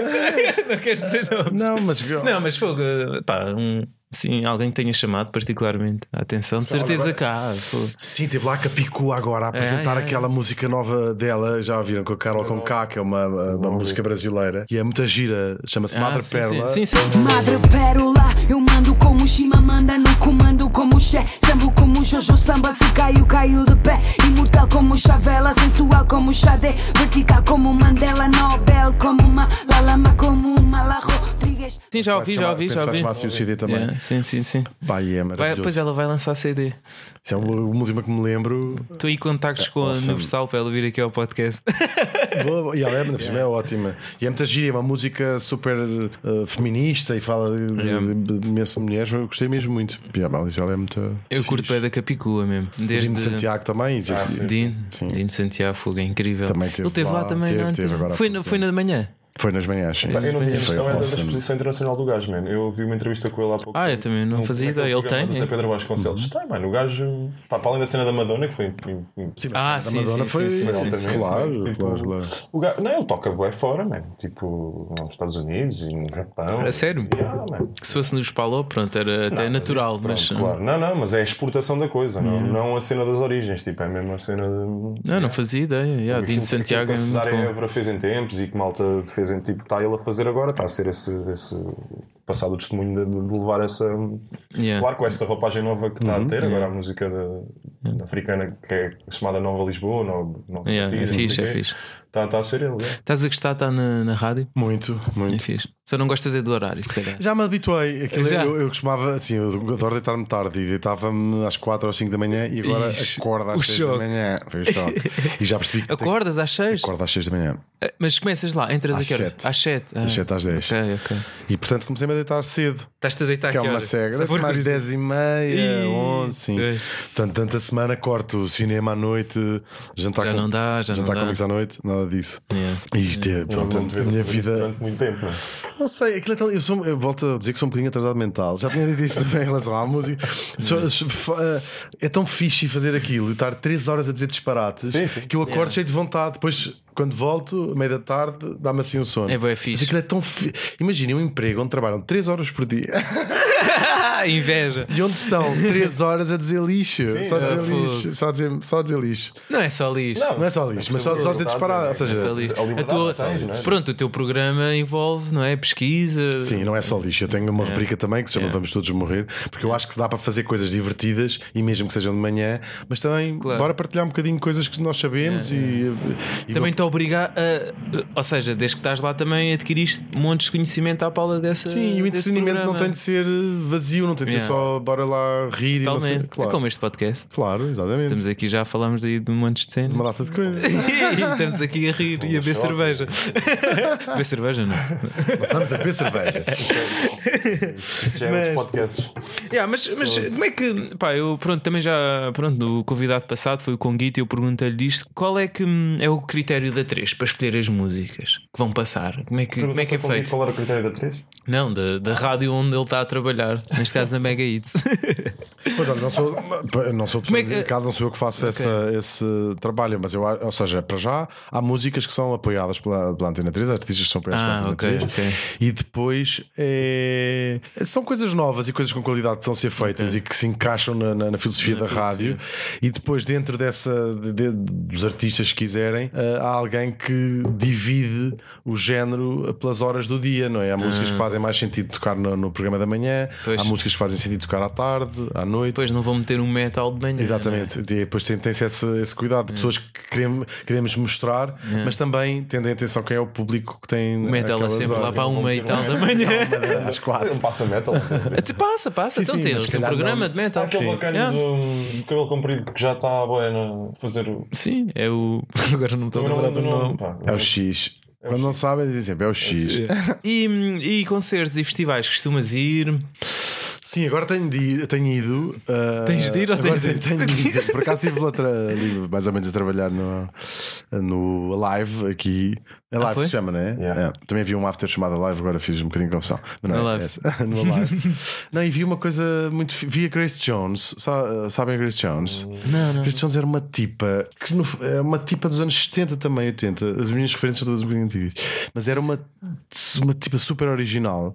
B: não queres dizer nomes.
C: Não, mas.
B: Não, mas fogo, pá, um, sim, alguém que tenha chamado particularmente a atenção, de certeza cá.
C: Sim, teve lá a Capicua agora a apresentar
B: é, é.
C: aquela música nova dela. Já a viram com a Carol Conká, que é uma, uma música brasileira. E é muita gira, chama-se Madre
B: Ah, sim,
C: Perla.
B: Sim, sim. sim.
F: Madre pérola, eu mando como Shima manda no comando como Xé Sambo como Jojo samba, se caiu, caiu de pé Imortal como Chavela, sensual como Xadé Vertical como Mandela, Nobel como uma Lalama como uma La Rodrigues
B: Sim, já ouvi, já ouvi, já ouvi.
C: Penso o CD também.
B: Yeah, sim, sim, sim.
C: Pá, e é
B: Vai,
C: maravilhoso.
B: depois ela vai lançar CD.
C: Isso é o último que me lembro.
B: Estou aí em contactos com
C: awesome.
B: a Universal para ela vir aqui ao podcast.
C: Boa, boa. E ela é, na primeira, é ótima. E é muito gira, é uma música super eh, feminista e fala de, de, de, imenso mulheres. Eu gostei mesmo muito. E a Alice, ela é muito.
B: Eu curto bem da Capicua mesmo. Desde
C: Dino de Santiago
D: Ah,
C: também.
B: Dino,
C: Sim.
B: Dino de Santiago, fogo, é incrível.
C: Também teve
B: Ele teve lá,
C: lá,
B: também,
C: teve,
B: não?
C: teve agora há
B: foi,
C: pouco
B: na, foi na de manhã.
C: Foi nas manhãs. sim.
D: Pá, Eu não tinha
C: Foi
D: noção era da
C: awesome.
D: exposição internacional do gajo, mano. Eu vi uma entrevista com ele há pouco.
B: Ah, eu também não
D: Num-
B: fazia
D: naquele
B: ideia. Ele
D: programa
B: tem. é.
D: do Zé Pedro Vasconcelos.
C: Uhum.
D: Tem, mano. O gajo. Pá, para além da cena da Madonna, que foi. im- im-
C: Sim, mas
B: Ah,
C: a
B: sim,
C: Madonna
B: sim,
C: foi.
B: sim, sim, sim,
D: sim.
C: Claro,
D: Tipo-
C: claro, claro.
D: O gajo, não, ele toca bué fora, mano. Tipo, nos Estados Unidos e no Japão.
B: A sério?
D: Ah, mano.
B: Se fosse no Spaló, pronto, era até
D: Não,
B: natural,
D: isso, pronto,
B: mas.
D: Claro. Não, não, mas é a exportação da coisa, não, não a cena das origens. Tipo, é mesmo a cena de.
B: Não, não fazia ideia. Yeah, Dino
D: Aquilo-
B: de Santiago é
D: aquilo que a
B: muito
D: Cesária
B: bom.
D: Évora fez em tempos e que malta fez em tipo, está ele a fazer agora, está a ser esse, esse passado o testemunho de- de, de levar essa.
B: Yeah. Uhum,
D: Claro, com esta roupagem nova que está a ter, agora a música da- africana que é chamada Nova Lisboa, no, no,
B: Yeah, é
D: não sei
B: fixe,
D: o
B: é
D: quê.
B: fixe.
D: Está, está a ser ele, é.
B: Estás a gostar, está na, na rádio?
C: Muito,
B: É
C: muito.
B: fixe. Só não gostas é do horário, se calhar.
C: Já me habituei. Aquilo
B: é Já?
C: Eu, eu costumava, assim, eu adoro deitar-me tarde e deitava-me às 4 ou 5 da manhã e agora
B: Ixi,
C: acorda
B: o
C: às 6 da
B: choque.
C: manhã. Foi o choque. E já percebi que tenho-
B: Acordas às 6?
C: acordo às 6 da manhã.
B: Mas começas lá, entras
C: Às
B: a que horas?
C: sete.
B: Às 7.
C: Às sete às dez.
B: Ok, ok.
C: E portanto comecei-me a deitar cedo,
B: Estás-te a deitar
C: que é
B: aqui.
C: uma cega. Deve mais 10 e meia,
B: Ih,
C: 11, sim.
B: é.
C: Portanto, durante a semana corto o cinema à noite, jantar
B: Já
C: com,
B: não dá, já não
C: jantar
B: dá.
C: com amigos à noite, nada disso.
B: Yeah.
C: E isto é, pronto,
D: Não te
C: a
D: vejo
C: minha
D: fazer isso
C: vida.
D: Durante muito tempo, não é?
C: Não sei, aquilo é tão- eu, sou, eu volto a dizer que sou um bocadinho atrasado mental. Já tinha dito isso também em relação à música. Sou- sou- fa- é tão fixe fazer aquilo e estar 3 horas a dizer disparates
D: Sim, sim.
C: que eu acordo cheio de vontade. Depois, quando volto, à meia da tarde, dá-me assim um sono.
B: É bué fixe.
C: Mas aquilo é tão fi... Imaginem um emprego onde trabalham 3 horas por dia
B: Ah, inveja.
C: e onde estão 3 horas a dizer lixo. só, dizer
B: é,
C: lixo só, dizer, só dizer lixo.
B: Não é só lixo.
C: Não é só lixo, mas só, só dizer disparado. Ou
D: Não é
B: Só
C: seja,
B: lixo.
D: a liberdade
B: A tua-
D: que tens, não é?
B: Pronto, o teu programa envolve, não é? Pesquisa.
C: Sim, não é só lixo. Eu tenho uma rubrica também que se chama
B: É.
C: Vamos Todos Morrer, porque eu acho que dá para fazer coisas divertidas e mesmo que sejam de manhã, mas também
B: Claro. É,
C: bora partilhar um bocadinho coisas que nós sabemos e. e
B: Também te obriga a. Ou seja, desde que estás lá também adquiriste montes de conhecimento à pala dessa.
C: Sim, e o
B: desse
C: entretenimento não
B: programa.
C: tem de ser vazio, não tem de ser
B: Yeah.
C: só bora lá rir e não
B: Totalmente.
C: sei. Claro,
B: É como este podcast.
C: claro exatamente.
B: Estamos aqui, já falámos aí de um monte de cenas.
C: Uma data de coisas.
B: E Estamos aqui a rir e a beber
D: choque.
B: cerveja. beber cerveja não.
C: Vamos a beber cerveja.
D: Isso já é outros podcasts.
B: Yeah, mas, mas como é que. Pá, eu pronto, também já. Pronto, o convidado passado foi o Conguito e eu perguntei-lhe disto. Qual é que hum, é o critério da 3 para escolher as músicas que vão passar? Como é que, como é, que é
D: Perguntaste ao Conguito
B: feito?
D: Qual era o critério da 3?
B: Não, da, da rádio onde ele está a trabalhar, neste caso na Mega Hits.
C: Pois olha, não sou, não sou
B: Como é que-
C: pessoa dedicada, não sou eu que faço essa- esse trabalho, mas eu, a- ou seja, para já há músicas que são apoiadas pela, pela Antena 3, artistas que são apoiados
B: Ah,
C: pela Antena
B: ok,
C: 3,
B: ok.
C: e depois é, são coisas novas e coisas com qualidade que estão a ser feitas e que se encaixam na, na- na filosofia da rádio, e depois dentro dessa de- de- dos artistas que quiserem, eh, há alguém que divide o género pelas horas do dia, não é? Há músicas que fazem mais sentido tocar no, no programa da manhã,
B: Ah. Pois.
C: há músicas que fazem sentido tocar à tarde, à noite.
B: Depois não é? vou meter um metal de manhã.
C: Exatamente, e depois tem- tem-se esse, esse
B: É.
C: cuidado de pessoas que queremos, queremos mostrar, mas também tendo em atenção quem é o público que tem.
B: O metal é
C: aquelas
B: sempre lá
C: horas.
B: para a uma é? e tal da manhã.
C: Às quatro.
D: Um passa metal.
B: Até passa, passa. então
C: sim,
B: tem,
C: mas
B: eles
C: se
B: têm um
C: calhar
B: programa
C: não.
B: de metal.
D: Há aquele
B: Sim.
D: bacana
B: Yeah.
D: do, do cabelo comprido que já está a bueno fazer o.
B: Sim, é o. Agora não me estou a
D: Também não
B: lembrar do
D: lembro do nome.
B: nome.
D: pá.
C: É o X. Quando não sabem, dizem sempre é o X.
B: E, e concertos e festivais, costumas ir?
C: Sim, agora tenho, de ir- tenho ido. ah,
B: Tens de ir ou
C: agora
B: tens de-
C: tenho de ir. Por acaso estive lá tra- ali mais ou menos a trabalhar no, no Alive aqui. É live que
B: Ah, foi?
C: se chama, não é?
D: Yeah.
C: É. Também vi um after chamado Alive, agora fiz um bocadinho de confusão. Mas não
B: No
C: é
B: Alive.
C: essa. no Alive. não, e vi uma coisa muito. fi- Vi a Grace Jones. Sa- Sabem a Grace Jones?
B: Não, não.
C: Grace Jones era uma tipa que no- é uma tipa dos anos 70 também, 80. As minhas referências são todas um bocadinho antigas, mas era uma, uma tipa super original.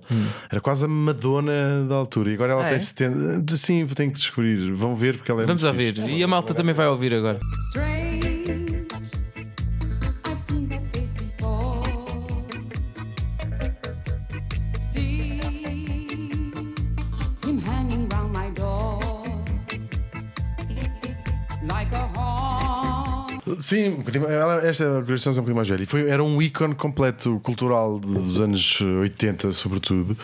C: Era quase a Madonna da altura. E agora ela
B: Hum. Ah,
C: tem
B: é?
C: 70. Sim, tenho que descobrir. Vão ver porque ela é
B: Vamos
C: muito
B: ouvir.
C: fixe.
B: E a malta também vai ouvir agora.
E: Strange. I've seen that face before. See him hanging round my door like a horn.
C: Sim, um bocadinho- ela, esta Grace Jones é um bocadinho mais velha. E foi, era um ícone completo cultural de- dos anos 80, sobretudo.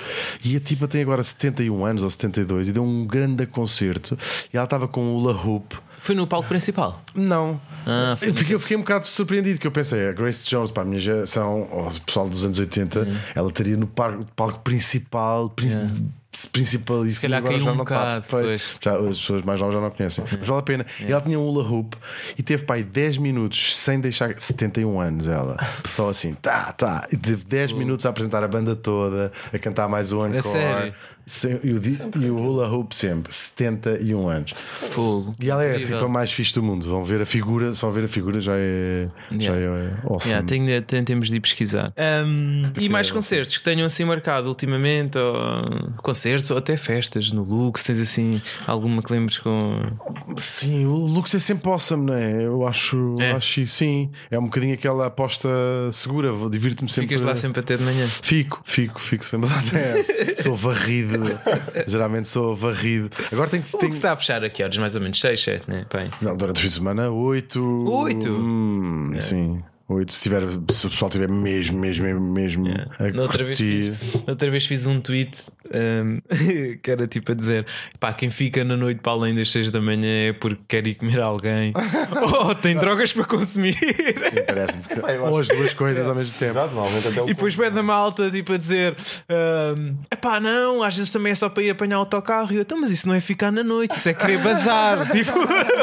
C: E a tipa tem agora 71 anos ou 72 e deu um grande concerto. E ela estava com o La Hoop.
B: Foi no palco principal.
C: Não.
B: Ah, foi
C: eu, fiquei, eu fiquei um bocado surpreendido, que eu pensei, a Grace Jones, para a minha geração, ou o pessoal dos anos 80, ela teria no palco, palco principal, prin- principal e se
B: calhar
C: agora
B: caiu
C: já
B: um
C: não
B: bocado,
C: está.
B: pois.
C: Já, as pessoas mais novas já não conhecem. Mas vale a pena. E ela tinha um hula hoop e teve pai 10 minutos sem deixar 71 anos ela. Só assim, tá, tá. E teve 10 minutos a apresentar a banda toda, a cantar mais um encore.
B: sério?
C: Sem- e, o, di- e o hula hoop sempre, 71 anos.
B: fogo.
C: E ela é
B: Incrível.
C: tipo a mais fixe do mundo. Vão ver a figura, só ver a figura já é. Já é awesome.
B: Yeah, tenho de- tem- temos de ir pesquisar. Ahm, e mais concertos que tenham assim marcado ultimamente, ou concertos ou até festas no Lux, tens assim alguma que lembres com.
C: Sim, o Lux é sempre awesome, não é? Eu acho,
B: É.
C: acho isso, sim. É um bocadinho aquela aposta segura. vou- Divirto-me sempre.
B: Ficas lá sempre até de manhã.
C: Fico, fico, fico sempre lá até. sou varrido. Geralmente sou varrido. Agora tenho que
B: O
C: tenho-
B: Lux está a fechar aqui horas, mais ou menos 6, 7, né? Bem.
C: Não, durante o fim de semana, 8.
B: Oito? É.
C: Sim. 8, se, tiver, se o pessoal tiver mesmo, mesmo, mesmo, mesmo a
B: Na outra, É. vez
C: curtir.
B: fiz, na outra vez fiz um tweet ahm, que era tipo a dizer: pá, quem fica na noite para além das 6 da manhã é porque quer ir comer alguém ou tem drogas para consumir.
C: Parece-me que- Ou as duas coisas ao mesmo tempo.
D: Exato, normalmente até o.
B: E depois pede a malta tipo, a dizer: é pá, não, às vezes também é só para ir apanhar o autocarro. E eu, então, mas isso não é ficar na noite, isso é querer bazar. tipo,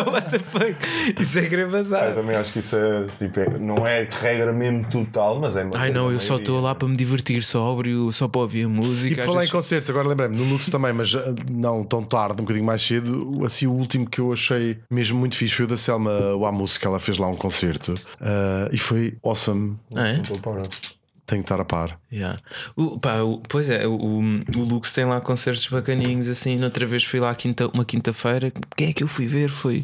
B: what the fuck, isso é querer
D: Ah, Eu
B: bazar.
D: também acho que isso é, tipo, é- não é regra mesmo total, mas é.
B: Ai não, eu só estou lá para me divertir, sóbrio, só para ouvir a música.
C: E por
B: às
C: falar em
B: vezes-
C: concertos, agora lembrei-me, no Lux também, mas ah, não tão tarde, um bocadinho mais cedo. Assim, o último que eu achei mesmo muito fixe foi o da Selma Wamus, que ela fez lá um concerto ah, e foi awesome.
B: Ah, é?
C: Tenho que estar a par.
B: Yeah. O, pá, o- pois é, o, o Lux tem lá concertos bacaninhos assim. Outra vez fui lá quinta, uma quinta-feira. Quem é que eu fui ver? Foi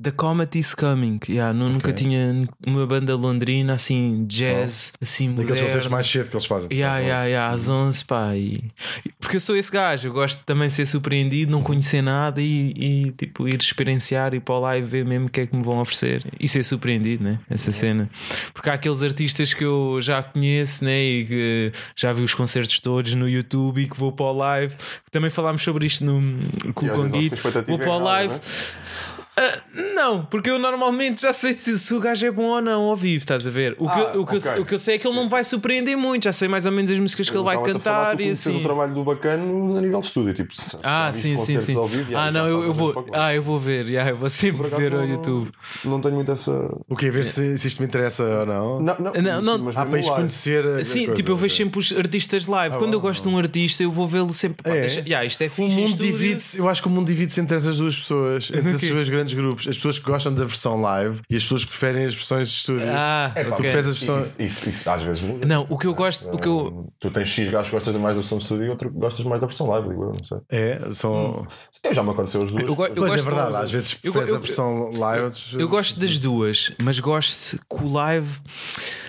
B: The Comet is Coming. Yeah, nu- Nunca tinha uma banda londrina assim, jazz, assim,
C: Oh. Daqueles concertos
B: moderno.
C: mais cedo que eles fazem. tipo,
B: Yeah,
C: às
B: yeah,
C: onze.
B: yeah, às
D: Uhum.
B: 11, pá. e- Porque eu sou esse gajo, eu gosto de também de ser surpreendido, não conhecer nada e, e, tipo ir experienciar e para lá e ver mesmo o que é que me vão oferecer e ser surpreendido, né?
D: É.
B: Essa cena. Porque há aqueles artistas que eu já conheço, né? E que já vi os concertos todos no YouTube e que vou para o live. Também falámos sobre isto no, com
D: E às vezes
B: o
D: nós com a
B: Conguito.
D: expectativa é
B: Vou para o
D: errada,
B: live.
D: não é?
B: Ah, Não, não, porque eu normalmente já sei se, se o gajo é bom ou não ao vivo, estás a ver? O que,
D: Ah,
B: eu, o que eu-
D: ok.
B: o que eu sei é que ele não me vai surpreender muito, já sei mais ou menos as músicas que ele vai
D: estava-te a falar,
B: cantar
D: tu
B: e
D: conheces
B: assim.
D: o trabalho do bacano a nível de estúdio, tipo, se- se já
B: Ah,
D: viste
B: sim, sim,
D: concertos
B: sim.
D: ao vivo,
B: ah,
D: já
B: não,
D: sabes
B: eu, eu
D: mais um
B: vou,
D: pouco.
B: ah, eu vou ver, já, eu vou sempre
D: Por acaso,
B: ver
D: não- é
B: ao
D: não-
B: YouTube.
D: Não tenho muito essa.
C: O que é ver se, se isto me interessa ou não?
D: Não, não,
B: Não, não- ah,
D: mas
C: Há
D: mesmo
C: para isto
D: lá.
C: conhecer. eh, a
B: Sim,
C: coisa,
B: tipo, eu
D: é.
B: vejo
C: ok.
B: sempre os artistas live.
D: Ah,
B: Quando eu gosto de um artista, eu vou vê-lo sempre. Pá,
C: É?
B: deixa- já, isto é fixe.
C: O
D: um
C: mundo
B: isto-
C: divide-se, eu acho que o mundo divide-se entre essas duas pessoas, entre esses dois grandes grupos. As pessoas que gostam da versão live e as pessoas que preferem as versões de estúdio.
B: Ah,
D: É pá,
B: ok.
C: preferes-
D: isso, isso, isso- isso às vezes muda.
B: Não, o que eu gosto, o que eu,
D: Tu tens X gajos que gostas mais da versão de estúdio e outro que gostas mais da versão live, digo eu, não sei.
C: É,
B: Hum.
C: são.
D: Eu já me aconteceu as duas.
B: Eu go- eu
C: pois é
B: gosto-
C: verdade, às vezes
B: eu-
C: preferes
B: eu-
C: a versão live. outros-
B: Eu gosto das duas, mas gosto que o live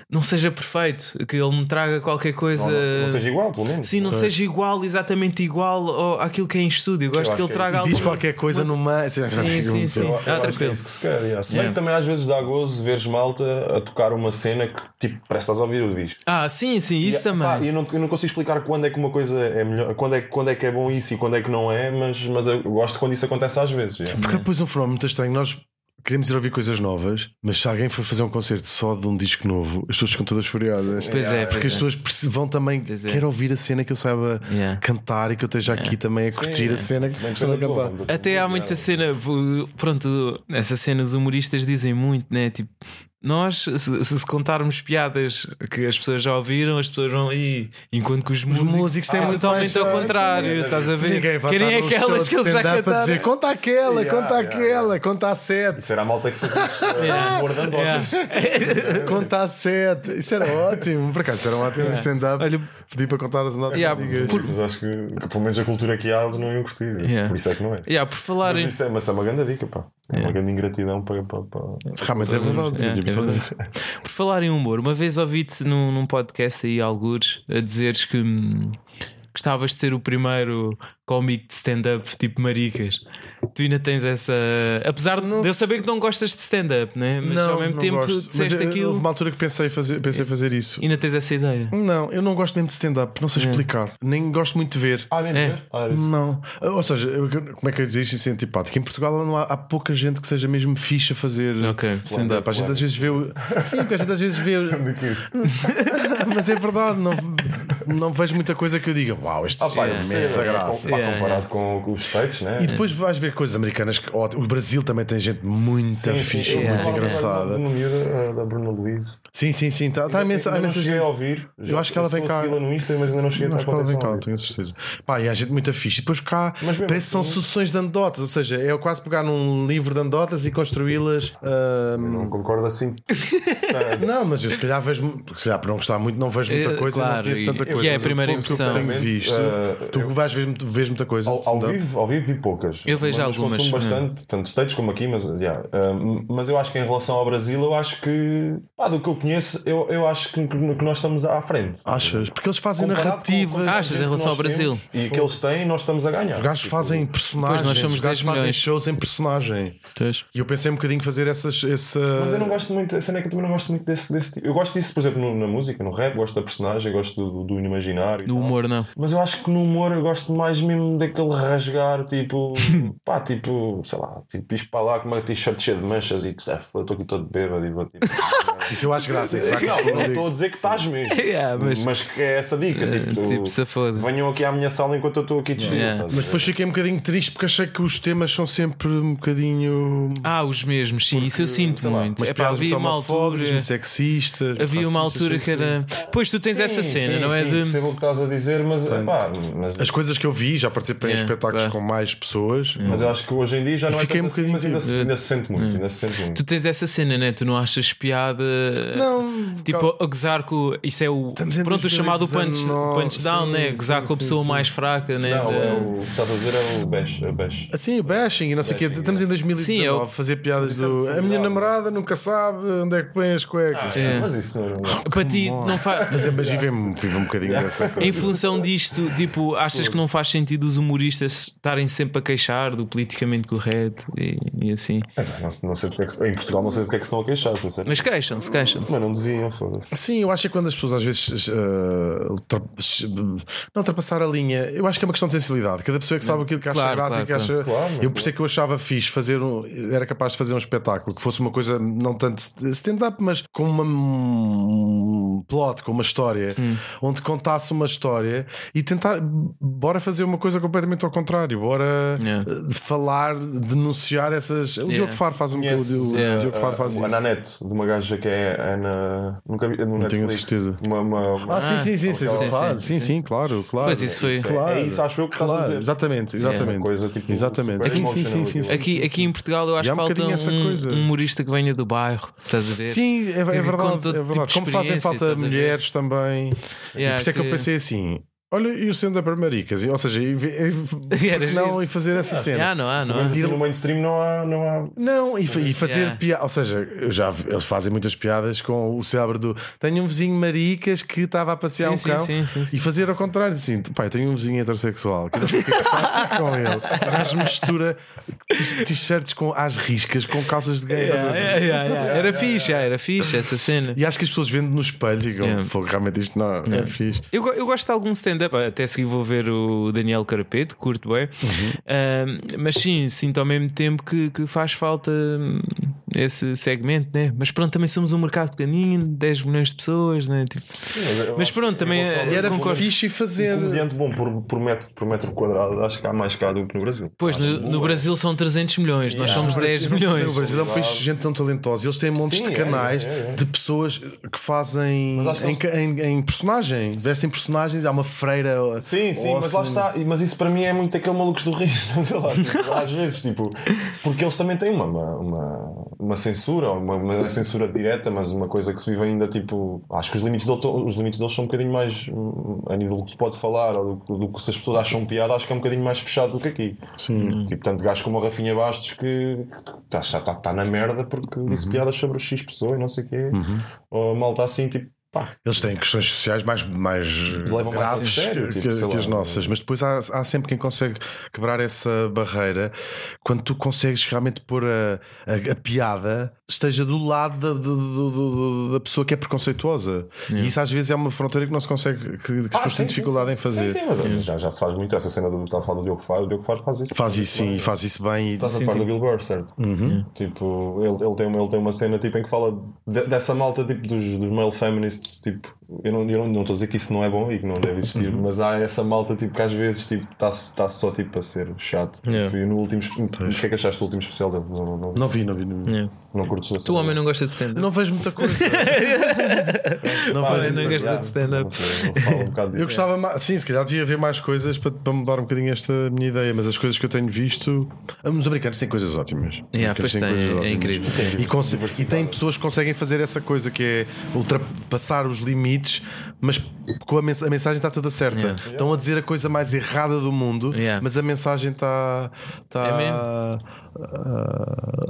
B: não seja perfeito, que ele me traga qualquer coisa.
D: Não, não, não seja igual, pelo menos.
B: Sim, não seja igual, exatamente igual ao, àquilo que é em estúdio. Eu gosto
D: acho
B: que ele
D: que é
B: traga
D: isso.
C: Diz
B: alguma-
C: qualquer coisa no meio. Sim,
B: Sim, sim, sim.
D: Eu, eu
B: Ah,
D: acho que é
B: tranquilo.
D: isso que se quer. yeah. Se bem
B: Yeah.
D: que também às vezes dá gozo veres malta a tocar uma cena que tipo, parece que estás a ouvir o disco.
B: Ah, sim, sim,
D: E, é,
B: isso
D: pá,
B: também.
D: eu, não, eu não consigo explicar quando é que uma coisa é melhor, quando é, quando é que é bom isso e quando é que não é, mas, mas eu gosto quando isso acontece às vezes. yeah.
C: Porque depois é um fenómeno muito estranho. Nós queremos ir ouvir coisas novas, mas se alguém for fazer um concerto só de um disco novo, as pessoas ficam todas furiosas.
B: Pois é,
C: Porque
B: pois
C: as
B: é.
C: pessoas perce- vão também.
B: Pois é.
C: Quero ouvir a cena que eu saiba
B: Yeah.
C: cantar e que eu esteja aqui também a curtir a cena que
D: Bem,
C: estão a
D: depende do
C: cantar.
D: álbum, do-
B: Até há muita cena, vo- pronto, essas cenas humoristas dizem muito, né? Tipo, nós, se, se contarmos piadas que as pessoas já ouviram, as pessoas vão aí, enquanto que os músicos, Ah,
C: músicos têm muito mais
B: totalmente ao
C: chance, né?
B: contrário, estás a ver?
C: Ninguém vai
B: Querem
C: estar num show
B: aquelas
C: de
B: que eles já
C: stand-up a
B: cantaram.
C: dizer conta aquela,
D: Yeah,
C: conta
D: yeah,
C: aquela, conta a sete,
D: Isso eh, era a malta que fazia
B: Yeah.
D: humor de andotas.
B: Yeah.
C: conta a sete. Isso era ótimo, por acaso isso era um ótimo stand-up.
B: É. Olha-
C: Pedi para contar as notas
B: Yeah,
C: antigas.
B: por-
D: Mas acho que, que pelo menos a cultura que há eles não iam curtir.
B: Yeah.
D: Por isso é que não é.
B: Yeah, por falar
D: Mas,
B: em-
D: isso é, mas é uma grande dica, pá. É uma grande ingratidão para. para, para...
C: Realmente é verdade.
B: É, é verdade. Por falar em humor, uma vez ouvi-te num, num podcast aí, algures, a dizeres que hum, gostavas de ser o primeiro cómico de stand-up tipo Maricas. Tu ainda tens essa. Apesar
C: Não
B: de eu
C: sei-
B: saber que não gostas de stand-up, né? mas ao mesmo tempo
C: gosto.
B: disseste
C: Mas, eh,
B: aquilo,
C: Houve uma altura que pensei fazer, pensei fazer isso.
B: ainda tens essa ideia.
C: Não, eu não gosto mesmo de stand-up, não sei explicar. Nem gosto muito de ver.
D: Ah, nem
B: É.
D: ver? Ah, era isso.
C: Não. Ou seja, eu- como é que eu ia dizer isto e ser antipático? Em Portugal não há, há pouca gente que seja mesmo ficha a fazer
B: Ok.
C: stand-up. A gente às vezes vê. o- Sim, porque a gente às vezes vê.
B: Hum.
C: Mas é verdade, não, não vejo muita coisa que eu diga, uau, isto
D: Ah, pá,
C: é
D: eu percebo,
C: imensa
D: é,
C: graça.
D: com- pá,
B: Yeah,
D: comparado com, com os states, né?
C: E depois vais ver coisas americanas que ótimo. O Brasil também tem gente muito ficha,
D: eu
C: muito
D: falo
C: engraçada.
D: agora No miúdo eh, da Bruna Luiz.
C: Sim, sim, sim. Tá, tá imensa, há
D: ainda não
C: imensa
D: cheguei
C: gente.
D: a ouvir.
C: Eu acho que ela vem
D: estou
C: cá-
D: a segui-la no Insta, mas ainda não cheguei a
C: Não,
D: dar
C: acho que ela vem
D: conta
C: cá, tipo, tenho a certeza. Pá, e há gente muito fixe. E depois cá,
D: mesmo
C: parece que são
D: assim-
C: sucessões de anedotas. Ou seja, é quase pegar num livro de anedotas e construí-las. ah,
D: Não concordo assim.
C: não, mas eu se calhar vejo. Se calhar por não gostar muito, não vejo muita
B: Eh,
C: coisa. não
B: claro,
C: conheço
B: e-
C: tanta
B: e é
C: coisa.
B: a
C: Mas o
B: primeira
C: pouco que eu
B: impressão.
C: tenho visto.
D: Eh,
C: tu
D: eu-
C: vais ver, vês muita coisa.
D: Ao,
C: de
D: ao
C: stand-up?
D: vivo, ao vivo vi poucas.
B: Eu vejo
D: Mas
B: algumas,
C: né?
D: Consumo
B: é.
D: bastante, tanto states como aqui, mas, yeah. Um, mas eu acho que em relação ao Brasil, eu acho que. Pá, do que eu conheço, eu, eu acho que, que nós estamos à frente.
C: Achas? Porque eles fazem
D: Comparado
C: narrativa.
D: com- com a
B: Achas, em
D: gente que
B: relação
D: nós
B: ao Brasil?
D: temos E que eles têm, nós estamos a ganhar.
C: Os gajos
D: Tipo,
C: fazem personagens.
B: Pois, nós somos
C: os gajos
B: 10
C: fazem
B: milhões.
C: shows em personagem. E eu pensei um bocadinho fazer essas. Essa...
D: Mas eu
B: Eh,
D: não gosto muito, a cena é que eu também não gosto muito desse, desse tipo. Eu gosto disso, por exemplo, no- na música, no rap, gosto da personagem, gosto do, do imaginário. e
B: Do
D: tal.
B: humor, não.
D: Mas eu acho que no humor eu gosto mais mesmo daquele rasgar, tipo, pá, tipo, sei lá, tipo, isto para lá com uma t-shirt cheia de manchas e que se eu estou aqui todo bêbado e vou tipo.
C: Isso eu acho graça. isso eu acho-
D: Não, não estou a dizer que estás mesmo.
B: Yeah, mas-
D: mas... que é essa dica, tipo, tu-
B: tipo, se foda.
D: venham aqui à minha sala enquanto eu estou aqui de
B: Yeah.
D: yeah.
C: Mas depois fiquei um bocadinho triste porque achei que os temas são sempre um bocadinho.
B: Ah, os mesmos, sim, isso eu sinto muito.
C: Mas
B: É pá, havia uma altura.
C: sexistas.
B: Havia uma altura que era. Pois tu tens essa cena, não é? de...
D: percebo o que estás a dizer, mas, pá, mas,
C: As coisas que eu vi, já participei em
B: Yeah,
C: espetáculos
B: claro.
C: com mais pessoas.
D: mas eu acho que hoje em dia já não é
C: fiquei um
D: tanto assim, mas
C: bocadinho
D: ainda, se- ainda se sente
B: É.
D: muito, ainda se sente muito.
B: Tu tens essa cena, né? Tu não achas piada.
C: Não,
B: Tipo, a gozar com. Isso é o.
C: Estamos em
B: Pronto, o chamado punch,
C: 2019,
B: punchdown,
C: sim,
B: né? Gozar
C: sim,
B: com a
C: sim,
B: pessoa
C: sim.
B: mais fraca, né?
D: Não,
B: De-
D: é o que estás a dizer é o Bash. É o bash.
C: Assim, o bashing e não sei o quê.
D: Bashing,
C: Estamos em 2019
B: Sim, é eu-
C: fazer piadas
D: Isso é
C: do. A minha
D: desagradável.
C: namorada nunca sabe onde é que põe as cuecas.
B: É.
D: Mas isso não, não.
B: Para ti, não faz.
C: Mas, é mas vivem, vivem um bocadinho dessa coisa.
B: Em função disto, tipo, achas que não faz sentido os humoristas estarem sempre a queixar do politicamente correto e, e assim.
D: Não, não sei porque é que, em Portugal não sei do que é que se estão a queixar,
B: Mas
D: sinceramente.
B: queixam, queixam-se, queixam-se.
D: Mas não deviam, foda-se.
C: Sim, eu acho que quando as pessoas às vezes eh, ultra- não ultrapassar a linha, eu acho que é uma questão de sensibilidade. Cada pessoa é que sabe aquilo que acha
B: Né? Claro,
C: graça
B: claro,
C: e que acha.
D: Claro,
C: eu por isso é que eu achava fixe fazer um. Era capaz de fazer um espetáculo que fosse uma coisa não tanto stand-up, mas com uma um plot, com uma história,
B: Hum.
C: onde contasse uma história e tentar bora fazer uma coisa completamente ao contrário, bora
B: Yeah.
C: eh, falar, denunciar essas. O
B: Yeah.
C: Diogo Faro faz um
D: Conheces,
C: o Diogo-
B: É.
D: eh,
C: o Diogo Faro faz
D: a-
C: isso.
D: A Nanete, de uma gaja que é Ana. Nunca vi. Não
C: tenho a certeza.
D: Uma, uma, uma-
C: Ah, sim, sim, sim, sim,
D: aquela-
C: sim, claro, sim, sim, claro, claro.
B: Pois isso foi.
D: Isso é- É isso, acho eu que estás a
C: Claro,
D: dizer.
C: exatamente, exatamente.
D: É uma coisa, tipo,
C: exatamente.
D: super
C: Sim, sim, sim,
D: emotional,
C: sim,
D: aquilo.
C: sim.
B: Aqui, aqui em Portugal eu acho
C: E há
B: que
C: um
B: falta
C: bocadinho essa
B: um,
C: coisa.
B: um humorista que venha do bairro, estás a ver?
C: Sim, é, é
B: Que
C: verdade,
B: conta
C: é
B: todo tipo
C: verdade.
B: de
C: Como fazem
B: experiência,
C: falta
B: estás a ver?
C: mulheres também.
B: Yeah,
C: e por isso é que, eu pensei assim: olha, e o stand para maricas? E, Ou seja, e, ve- e,
B: Era
C: porque
B: giro.
C: não, e fazer essa cena.
B: Ah, não há, não há.
D: Mas assim, no mainstream não há. Não há...
C: Não, e, fa- e fazer
B: Yeah.
C: piada. Ou seja, eu já, vi- eles fazem muitas piadas com o cérebro do. Tenho um vizinho maricas que estava a passear
B: Sim,
C: um
B: sim,
C: cão.
B: sim, sim, sim.
C: E fazer ao contrário, assim, pá, eu tenho um vizinho heterossexual. Que não sei o que é que faço com ele. O gajo mistura t- t-shirts com às riscas com calças de gay. estás a ver?
B: Yeah, yeah, yeah. Era fixe, ah, era fixe essa cena.
C: E acho que as pessoas vendo nos espelhos e
B: Yeah.
C: digam, "Fogo, realmente isto não, é fixe.
B: Eu, go- eu gosto de algum stand-up, até se vou ver o Daniel Carapeto, curto bem, Ahm, mas sim, sinto ao mesmo tempo que, que faz falta hum, esse segmento, né? Mas pronto, também somos um mercado pequenino, 10 milhões de pessoas, né? Tipo,
D: eu
B: mas
D: acho
B: pronto,
D: que
B: também
D: em relação ao
B: eh,
C: E era
B: concordo.
C: fixe fazer.
D: Um comediante bom por, por, metro, por metro quadrado, acho que há mais cá do que no Brasil.
B: Pois, no, no Brasil são 300 milhões, nós somos 10
C: O
B: milhões.
C: Brasil é um país de gente tão talentosa. Eles têm montes
D: Sim,
C: de
D: é,
C: canais
D: é, é, é.
C: de pessoas que fazem
D: Mas acho que
C: em,
D: eles-
C: ca- em, em personagem. Vestem personagens, há uma freira.
D: Sim, sim,
C: ou
D: mas lá
C: assim-
D: está. E- Mas isso para mim é muito aquele malucos do Rio, sei lá, tipo, às vezes, tipo, porque eles também têm uma, uma, uma, uma censura, ou uma, uma censura direta, mas uma coisa que se vive ainda, tipo, acho que os limites, deles, os limites deles são um bocadinho mais hum, a nível do que se pode falar ou do, do que se as pessoas acham piada, acho que é um bocadinho mais fechado do que aqui. Sim. Tipo, tanto gajos como a Rafinha Bastos que está tá, tá na merda porque disse
C: Uhum.
D: piadas sobre X pessoa e não sei o quê, ou a malta assim, tipo, pá,
C: Eles têm questões sociais mais, mais
D: Levam mais a
C: graves
D: sério,
C: que,
D: tipo, sei
C: que
D: lá.
C: as nossas, mas depois há, há sempre quem consegue quebrar essa barreira quando tu consegues realmente pôr a, a- a piada esteja do lado da, do- do- do- do- da pessoa que é preconceituosa. E isso às vezes é uma fronteira que não se consegue, que, que as
D: Ah,
C: pessoas
D: sim,
C: têm
D: sim,
C: dificuldade
D: sim.
C: em fazer.
D: Sim, sim, mas Já, já se faz muito essa cena do estava a falar do Diogo Faro. O Diogo Faro faz isso.
C: Faz isso Uhum. sim, e faz isso bem. E,
D: Estás a par do Bill Burr, certo? Tipo, ele, ele, tem uma, ele tem uma cena tipo, em que fala de- dessa malta tipo, dos, dos male feminists. Tipo, eu não estou eu não, não estou a dizer que isso não é bom e que não deve existir,
B: Uhum.
D: mas há essa malta tipo, que às vezes está tipo, tá-se- tá-se só tipo, a ser chato. Tipo,
B: Yeah.
D: E no último. O que é que achaste do último especial dele? Não, não, não,
C: não vi, não vi. Não,
B: É.
C: vi.
D: não curtes essa
B: Tu, homem, não gosta de stand-up.
C: não vejo muita coisa. não
D: Pá,
C: vejo
B: não
C: muita
B: gosto
D: yeah,
B: de stand-up.
D: não sei, ele fala um bocado
C: Eu
D: disso.
C: gostava mais, sim, se calhar devia haver mais coisas para, para mudar um bocadinho esta minha ideia, mas as coisas que eu tenho visto. ah, Os americanos têm coisas ótimas. Os
B: Yeah,
C: americanos
B: pois
C: têm
B: têm,
C: coisas
B: é
C: ótimas.
B: incrível. Tem
C: E, conse- e tem pessoas que conseguem fazer essa coisa que é ultrapassar os limites, mas com a, mens- a mensagem está toda certa.
B: Yeah.
C: Estão a dizer a coisa mais errada do mundo,
B: Yeah.
C: mas a mensagem está. está
B: É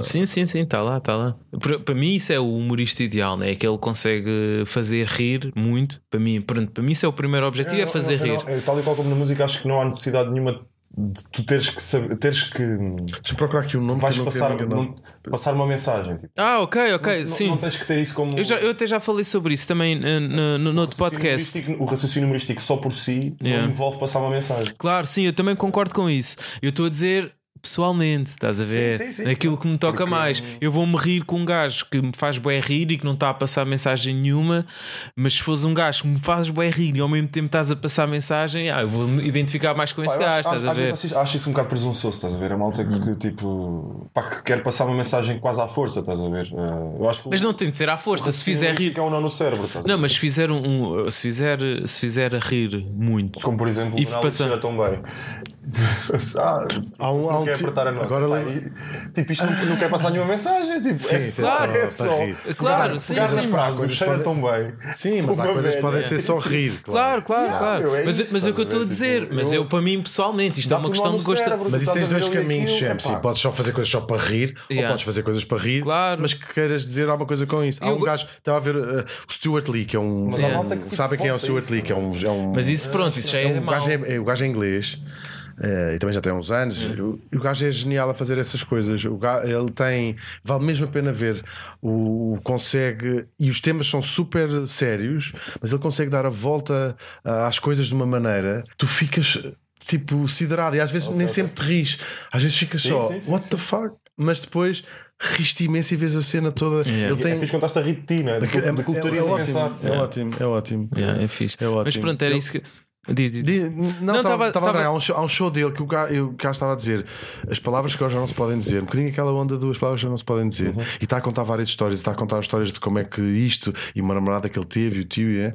B: Sim, sim, sim, está lá, está lá. Para, para mim, isso é o humorista ideal, né? é que ele consegue fazer rir muito. Para mim, pronto, para mim, isso é o primeiro objetivo: é
D: não,
B: fazer
D: não,
B: rir.
D: não, é Tal e qual como na música, acho que não há necessidade nenhuma de tu teres que saber, teres que
C: Deixa eu procurar aqui um nome
D: vais
C: que eu não quero
D: passar,
C: enganar.
D: não- passar uma mensagem. Tipo.
B: Ah, ok, ok,
D: Não-
B: sim.
D: Não, tens que ter isso como
B: eu, já, eu até já falei sobre isso também eh,
D: Ah,
B: no, no, no outro podcast.
D: Humorístico- o raciocínio humorístico só por si
B: Yeah.
D: não envolve passar uma mensagem.
B: Claro, sim, eu também concordo com isso. Eu estou a dizer pessoalmente, estás a ver?
D: Sim, sim, sim,
B: Naquilo que me toca mais. Eu vou-me rir com um gajo que me faz bué rir e que não está a passar mensagem nenhuma, mas se fosse um gajo que me faz bué rir e ao mesmo tempo estás a passar mensagem, ah, eu vou me identificar mais com
D: Pá,
B: esse
D: eu
B: gajo,
D: acho,
B: estás
D: às-
B: a
D: às
B: ver? Uhum.
D: vezes assisto- acho isso um bocado presunçoso, estás a ver? A malta que, tipo pá, que quer passar uma mensagem quase à força, estás a ver? Eh, Eu acho que
B: Mas não tem de ser à força, se fizer rir.
D: É um nó no cérebro, estás a ver?
B: Não, mas se fizer um, um- se fizer, se fizer a rir muito.
D: Como por exemplo,
B: E
D: o Ronaldo
B: passando-
D: cheira tão bem. ah,
C: Há um- há um
D: quer
C: ti-
D: apertar a nota.
C: agora
D: Pá,
C: lem-
D: e- tipo, isto não, não quer passar nenhuma mensagem. Tipo, é só,
C: só
D: é
C: para
D: só.
C: rir.
B: Claro, sim,
D: Pegar
B: sim.
D: nas frases,
C: Coisas
D: cheira
C: podem-
D: tão bem.
C: Sim, mas há
D: Uma
C: coisas que
D: velha.
C: podem ser só rir,
B: Claro, claro, claro.
D: meu, é
B: mas
D: isso,
B: mas é o que eu estou a
D: estás a ver?
B: dizer.
D: Tipo,
B: mas
D: eu-
B: eu, para mim, pessoalmente, isto é uma
D: Dá-te um
B: questão
D: nó
B: de
D: no
B: gosto.
D: cérebro,
C: Mas
D: tu
C: isso
D: estás
C: tens
D: a ver
C: dois
D: ali
C: caminhos
D: aquilo,
C: sempre.
D: epá.
C: sim. Podes só fazer coisas só para rir,
B: Yeah.
C: ou podes fazer coisas para rir,
B: Claro.
C: mas que queiras dizer alguma coisa com isso. Há
B: Eu
C: um
B: go-
C: gajo, estava a ver uh, o Stuart Lee, que é um.
D: Mas há
C: um-
D: malta que, tipo,
C: sabem quem é o
D: força
C: Stuart
D: isso,
C: Lee? Que é um. É um
B: Mas isso, pronto, isso já é,
C: o
B: mau.
C: gajo é, é- o gajo é inglês. eh, e também já tem uns anos. O, o gajo é genial a fazer essas coisas. O ga- ele tem. Vale mesmo a pena ver. O, o consegue. E os temas são super sérios, mas ele consegue dar a volta ah, às coisas de uma maneira. Tu ficas tipo siderado e às vezes nem sempre te ris. Às vezes ficas só,
D: sim, sim,
C: what the fuck? Mas depois riste imenso e vês a cena toda.
B: Yeah.
C: Ele
D: Tem...
C: tem.
D: É fixe quando estás a rir de ti, né?
C: É,
D: Daquilo daquilo que tu
C: é
D: irias a
C: ótimo,
D: pensar.
C: é ótimo, é ótimo.
B: Yeah, é fixe.
C: É
B: Mas
C: ótimo.
B: pronto, era
C: Ele-
B: isso que. Diz, diz.
C: Di-
B: Não,
C: Não,
B: tava-
C: estava
B: tava-
C: a há um show, há um show dele que o gajo, eu- o gajo estava a dizer as palavras que agora já não se podem dizer, um bocadinho aquela onda duas palavras que já não se podem
B: Uhum.
C: dizer, e está a contar várias histórias, e está a contar histórias de como é que isto e uma namorada que ele teve e o tio, e, é,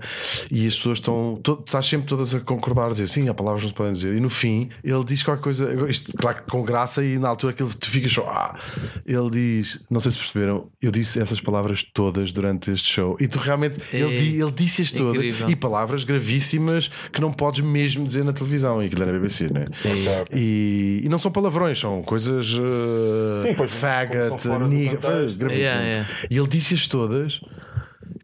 C: e as pessoas estão, to- estás sempre todas a concordar, a dizer sim, há palavras que não se podem dizer, e no fim ele diz qualquer coisa, agora isto, claro que com graça, e na altura que ele te fica só, ah, ele diz, não sei se perceberam, eu disse essas palavras todas durante este show, e tu realmente, ele, di- ele disse-as todas,
B: É incrível.
C: e palavras gravíssimas que não podes mesmo dizer na televisão e aquilo era BBC, né? E, e não são palavrões, são coisas uh,
D: Sim, pois, como
C: faggot,
D: são fora do
C: nigga,
D: contexto. né?
C: pois, gravíssimo.
B: Yeah, yeah.
C: E ele disse-as todas.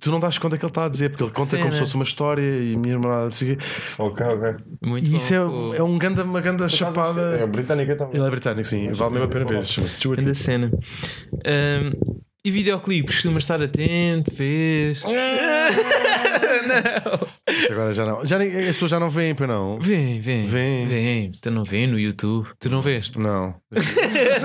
C: Tu não das conta que ele está a dizer, porque ele conta
B: Sim,
C: como
B: né?
C: se fosse uma história e a minha namorada assim,
D: Ok, ok.
B: Muito
C: E
B: bom.
C: isso é,
B: Pô,
C: é um ganda, uma ganda
D: É
C: chapada.
D: britânica também.
C: Ele é britânico, sim, vale mesmo a pena ver. Chama-se Stuart
B: grande
C: Little.
B: cena. Ahm, e videoclipes, costuma estar atento, vês?
C: Isso Agora já não. Já, nem- as pessoas já não veem, para não.
B: Vem, vem,
C: Vem.
B: vem. Tu não vês no YouTube? Tu não vês?
C: Não.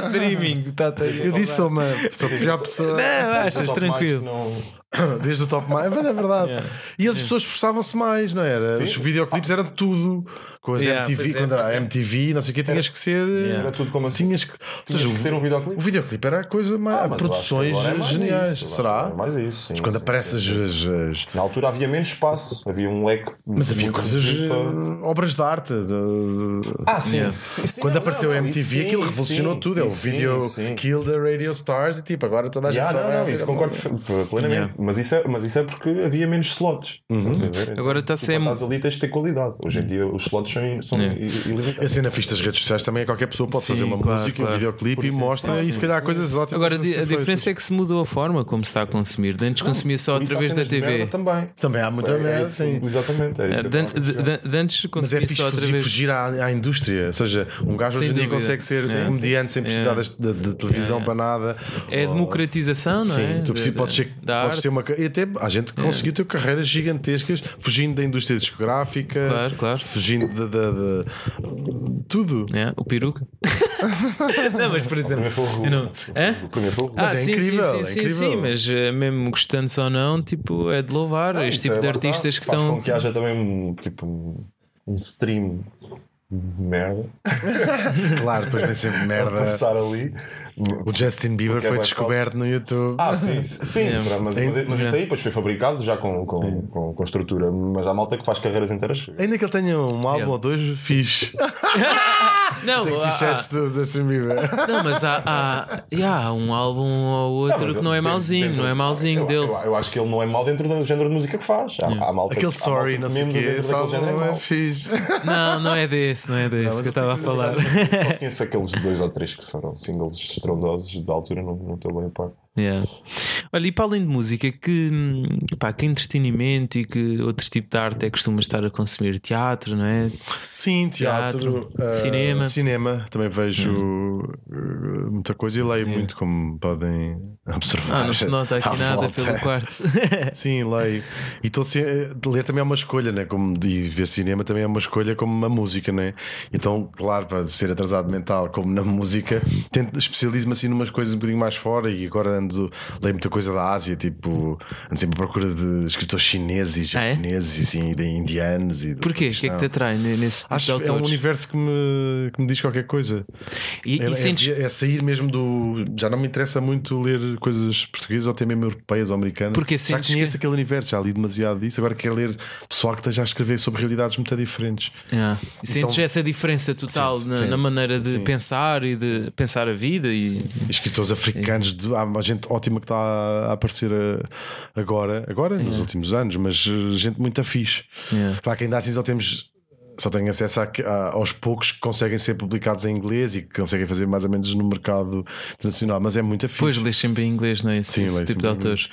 B: Streaming, tá
C: Eu disse, sou uma sou a pior pessoa.
B: Não, achas
D: Top mais que
B: tranquilo.
D: Não...
C: Desde o top mais, é verdade, é verdade. E as pessoas esforçavam-se mais, não era? Os videoclipes eram tudo. Com as
B: Yeah, pois
C: MTV,
B: é,
C: quando
B: pois
C: a MTV, não sei o que, tinhas que ser.
D: Era tudo como assim.
C: Tinhas que. Ou
D: Tinhas
C: seja,
D: que ter um videoclipe.
C: O videoclipe era a coisa mais.
D: Ah,
C: há
D: mas eu acho que
C: produções
D: agora é mais
C: geniais.
D: isso, eu acho que
C: Será?
D: agora é mais isso, sim,
C: Mas quando
D: sim,
C: aparece as- as- as-
D: Na altura havia menos espaço, havia um leque.
C: Mas havia
D: muito
C: coisas.
D: reduzido para-
C: eh, obras de arte. de- de-
D: Ah, sim.
B: Yeah.
D: sim, sim,
C: Quando
D: não,
C: apareceu
D: não,
C: a
D: não,
C: MTV,
D: isso
C: aquilo
D: sim,
C: revolucionou
D: sim,
C: tudo. É o
D: isso sim,
C: vídeo
D: isso sim. Ah,
C: Kill the Radio Stars e tipo, agora toda a gente
D: Yeah,
C: sabe.
D: não, não, isso é concordo perfe- plenamente.
B: Yeah.
D: Mas, isso é, mas isso é porque havia menos slots. Estás a ver? Então,
B: Agora tá
D: tu,
B: sem-
D: quando Estás ali tens de ter qualidade. Hoje em dia os slots são, são
B: Yeah.
D: i-
C: E
D: ilimitados.
C: assim na fixe das redes sociais também qualquer pessoa pode
B: Sim,
C: fazer uma
B: claro,
C: música,
B: claro.
C: um videoclipe e mostra e se calhar há coisas ótimas.
B: Agora, a
C: a
B: di-
C: ser
B: a
C: feitas.
B: diferença é que se mudou a forma como se está a consumir. De Antes consumia só
D: Por isso há
B: através da
D: cenas de merda
B: TV.
D: também.
C: Também há muita
D: É, é
C: merda,
D: isso,
C: sim.
D: Exatamente. era isso
B: É,
D: que eu
B: de-
D: estava
B: de-
D: a dizer.
B: de- de Antes
C: Mas é
B: consumia
C: fixe
B: só
C: fugir,
B: através.
C: fugir à, à indústria. Ou seja, um gajo
B: Sem
C: hoje em dia
B: dúvida.
C: consegue ser
B: Sim.
C: comediante sem precisar
B: É.
C: das- da, da televisão para nada.
B: É a
C: Ou-
B: democratização, não é?
C: Sim, tu
B: Da-
C: precis- podes ser,
B: da
C: podes
B: arte.
C: ter uma. ca- E até há gente que conseguiu ter carreiras gigantescas fugindo da indústria discográfica,
B: Claro, claro.
C: fugindo da. da- da- tudo.
B: É, o peruca. não, mas por exemplo.
D: Primeiro foi o Rui.
B: eu não- Hã?
D: O primeiro foi o Rui.
B: Ah,
C: é
B: sim,
C: incrível,
B: sim, sim,
C: é
B: sim,
C: incrível.
B: sim, mas eh, mesmo gostando ou não, tipo, é de louvar
D: Ah,
B: este
D: isso
B: tipo
D: é,
B: de
D: lá está.
B: artistas que
D: Faz
B: estão.
D: com que haja também um, tipo, um- um stream de merda
C: Claro, depois vem sempre
D: a
C: merda.
D: passar ali.
C: O Justin Bieber
D: Porque é
C: foi
D: bué
C: descoberto no YouTube.
D: Ah, sim, sim,
B: É.
D: mas, mas- mas isso aí depois foi fabricado já com, com, com, com estrutura. Mas há malta que faz carreiras inteiras.
B: É,
C: Ainda que ele tenha um álbum ou dois, fixe.
B: Não,
C: Tem
B: há-
C: t-shirts do do Justin Bieber.
B: há- não, mas há, há, e há um álbum ou outro
D: mas
B: que não é
D: dentro-
B: mauzinho,
D: dentro-
B: não é mauzinho
D: eu,
B: dele.
D: Eu, eu acho que ele não é mau dentro do género de música que faz. Há, há malta,
C: Aquele
D: há
C: sorry,
D: malta
C: não sei o
D: mesmo
C: quê.
D: dentro
C: Esse
D: daquele género é
C: álbum é
D: mau.
C: fixe.
B: Não, não é desse, não é desse que eu estava a falar.
D: Só conheço aqueles dois ou três que foram singles estrondosos da altura, não, não estou bem a par.
B: Yeah. Olha, e para além de música, que, hum, pá, que entretenimento e que outro tipo de arte é que costumas estar a consumir? Teatro, não é?
C: Sim, teatro,
B: Teatro,
C: ah,
B: cinema. Hum.
C: cinema. Também vejo uh, muita coisa e leio muito, como podem observar.
B: Ah, não se nota
C: à
B: aqui nada
C: volta.
B: pelo quarto.
C: Sim, leio. E estou se- de ler também é uma escolha, né? Como de ver cinema também é uma escolha, como uma música, né? Então, claro, para ser atrasado mental, como na música, tento- especializo-me assim numas coisas um bocadinho mais fora. E agora ando, leio muita coisa da Ásia, tipo, ando sempre à procura de escritores chineses e
B: Ah, é?
C: japoneses e assim, de indianos. E de
B: Porquê? O que é que te
C: Paquistão.
B: atrai ne- nesse tipo de
C: Acho que é um
B: autores?
C: universo que me, que me diz qualquer coisa.
B: E,
C: É,
B: e
C: é
B: sentes,
C: via- é sair mesmo do. Já não me interessa muito ler coisas portuguesas ou até mesmo europeias ou americanas.
B: Porque
C: já
B: sentes
C: conheço
B: que-
C: aquele universo, já li demasiado disso. Agora quero ler pessoal que esteja a escrever sobre realidades muito diferentes.
B: Yeah. E sentes
C: são-
B: essa diferença total
C: Sente-se,
B: na, na
C: sente-se.
B: maneira de
C: Sim.
B: pensar e de pensar a vida e
C: E Escritores africanos, de- há uma gente ótima que está a aparecer eh, agora, agora nos últimos anos, mas eh, gente muito fixe.
B: Yeah.
C: Claro que ainda assim só temos só tenho acesso a- a- aos poucos que conseguem ser publicados em inglês e que conseguem fazer mais ou menos no mercado internacional, mas é muito fixe.
B: Pois lês sempre em inglês, não é? Esse,
C: Sim,
B: esse
C: leio
B: tipo de
C: sempre em
B: autores.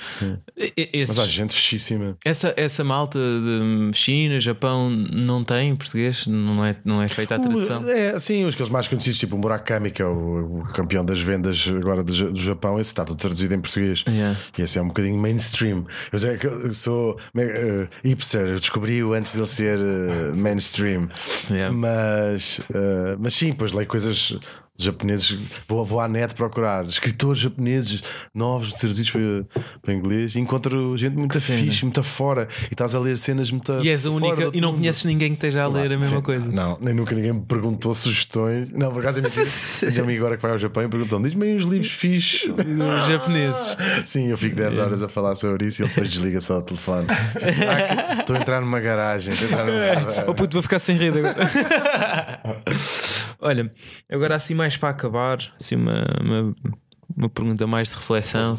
B: E- e- esses-
C: Mas há gente fechíssima.
B: essa, essa malta de hum, China, Japão, não tem em português? Não é, não é feita a tradução?
C: É, sim, os que eles mais conhecidos, tipo o Murakami, que é o, o campeão das vendas agora do, Ja- do Japão, esse está tudo traduzido em português.
B: Yeah.
C: E esse é um bocadinho mainstream. Eu sei que eu sou eh, hipster, eu descobri-o antes dele ser eh, mainstream.
B: Yeah.
C: Mas, eh, mas sim, pois leio coisas de japoneses. Vou, vou à net procurar escritores japoneses novos traduzidos para, para inglês e encontro gente muito
B: cena.
C: fixe, muito fora. E estás a ler cenas muito.
B: E és a
C: fora
B: única.
C: do
B: E não
C: mundo.
B: conheces ninguém que esteja a ler É a mesma
C: Sim.
B: coisa.
C: Não, nem nunca ninguém me perguntou sugestões. Não, por acaso é mentira. Minha amiga agora que vai ao Japão e perguntou: diz-me aí uns livros fixes.
B: Os japoneses.
C: Sim, eu fico 10 horas a falar sobre isso e ele depois desliga só o telefone. Ah, que- Estou a entrar numa garagem. Estou a entrar
B: É.
G: Oh
C: numa...
G: puto, vou ficar sem rede agora.
B: Olha, agora assim mais para acabar, assim uma, uma, uma pergunta mais de reflexão.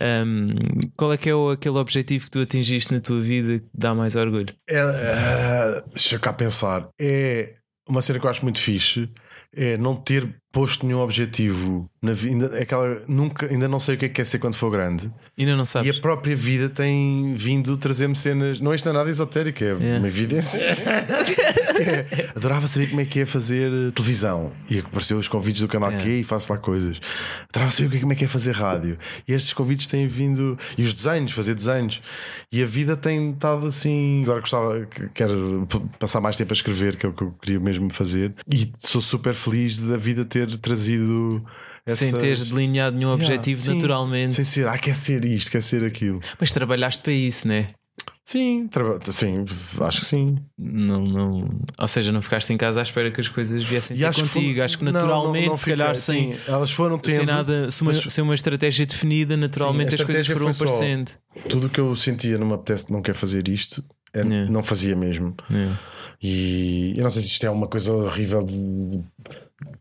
B: Ahm, qual é que é o, aquele objetivo que tu atingiste na tua vida que dá mais orgulho?
C: É, ah, deixa eu cá pensar. É uma cena que eu acho muito fixe. É não ter posto nenhum objetivo na vida. É aquela, nunca, ainda não sei o que é que quer ser quando for grande.
B: Ainda não
C: E
B: sabes.
C: a própria vida tem vindo trazer-me cenas. Não, isto não é nada esotérico, é uma evidência. É, Adorava saber como é que é fazer eh, televisão. E apareceu os convites do canal
B: É.
C: Q e faço lá coisas. Adorava saber o que é- como é que é fazer rádio. E estes convites têm vindo. E os desenhos, fazer desenhos. E a vida tem estado assim. Agora gostava, que- quero p- passar mais tempo a escrever, que é o que eu queria mesmo fazer. E sou super feliz da vida ter trazido.
B: Sem
C: essas-
B: teres delineado nenhum
C: Yeah,
B: objetivo
C: sim.
B: naturalmente.
C: Sem ser, ah, quer ser isto, quer ser aquilo.
B: Mas trabalhaste para isso, né?
C: Sim, traba- sim, acho que sim.
B: Não, não, ou seja, não ficaste em casa à espera que as coisas viessem ter
C: acho
B: contigo.
C: foi-
B: acho que
C: não, não-
B: naturalmente,
C: não
B: se
C: fiquei,
B: calhar sem,
C: sim, elas foram tendo
B: sem nada, se uma, sem uma estratégia definida, naturalmente
C: Sim, a
B: as coisas
C: estratégia
B: foram
C: foi só-
B: aparecendo.
C: tudo o que eu sentia não me apetece, não quer fazer isto, é,
B: Yeah.
C: não fazia mesmo.
B: Yeah.
C: E eu não sei se isto é uma coisa horrível de, de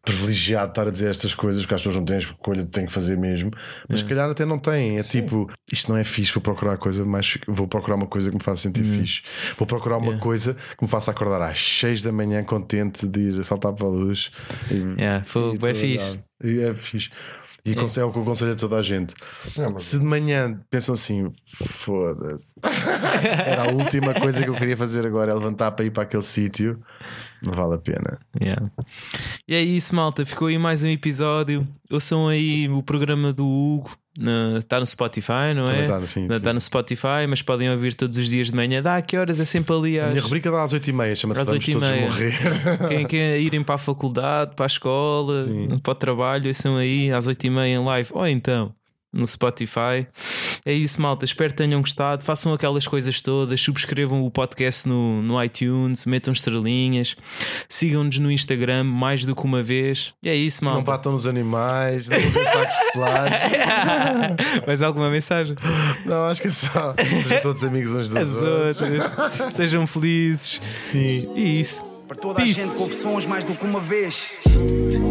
C: privilegiado estar a dizer estas coisas, porque as pessoas não têm escolha, têm que fazer mesmo, mas se calhar até não têm. É tipo, isto não é fixe, vou procurar coisa mais fi- vou procurar uma coisa que me faça sentir fixe. Vou procurar uma coisa que me faça acordar às 6 da manhã contente de ir saltar para a luz. E,
B: Yeah, foi
C: e
B: bem
C: trabalhar.
B: fixe.
C: E é fixe. E aconselho- é o que eu aconselho a toda a gente. Se de manhã pensam assim, foda-se, era a última coisa que eu queria fazer agora, é levantar para ir para aquele sítio, não vale a pena.
B: Yeah. E é isso, malta. Ficou aí mais um episódio. Ouçam aí o programa do Hugo. na- Está no Spotify, não é?
C: Também está, sim,
B: Ainda
C: sim.
B: está no Spotify, mas podem ouvir todos os dias de manhã. Dá a que horas? É sempre ali
C: A
B: às...
C: minha rubrica dá às 8h30, chama-se
B: Às
C: Vamos
B: 8h30.
C: Todos Morrer.
B: Quem quer irem para a faculdade, para a escola, para o trabalho, são aí às 8h30 em live, ou então no Spotify. É isso, malta. Espero que tenham gostado. Façam aquelas coisas todas. Subscrevam o podcast no, no iTunes, metam estrelinhas, sigam-nos no Instagram mais do que uma vez. E é isso,
C: Não
B: malta.
C: batam nos animais, não usem sacos de plástico.
B: Mais alguma mensagem?
C: Não, acho que é só. Sejam todos amigos uns dos
B: As
C: outros.
B: outras. Sejam felizes.
C: Sim.
B: E isso.
A: Para toda
B: Peace.
A: a gente, confissões mais do que uma vez.
E: Thank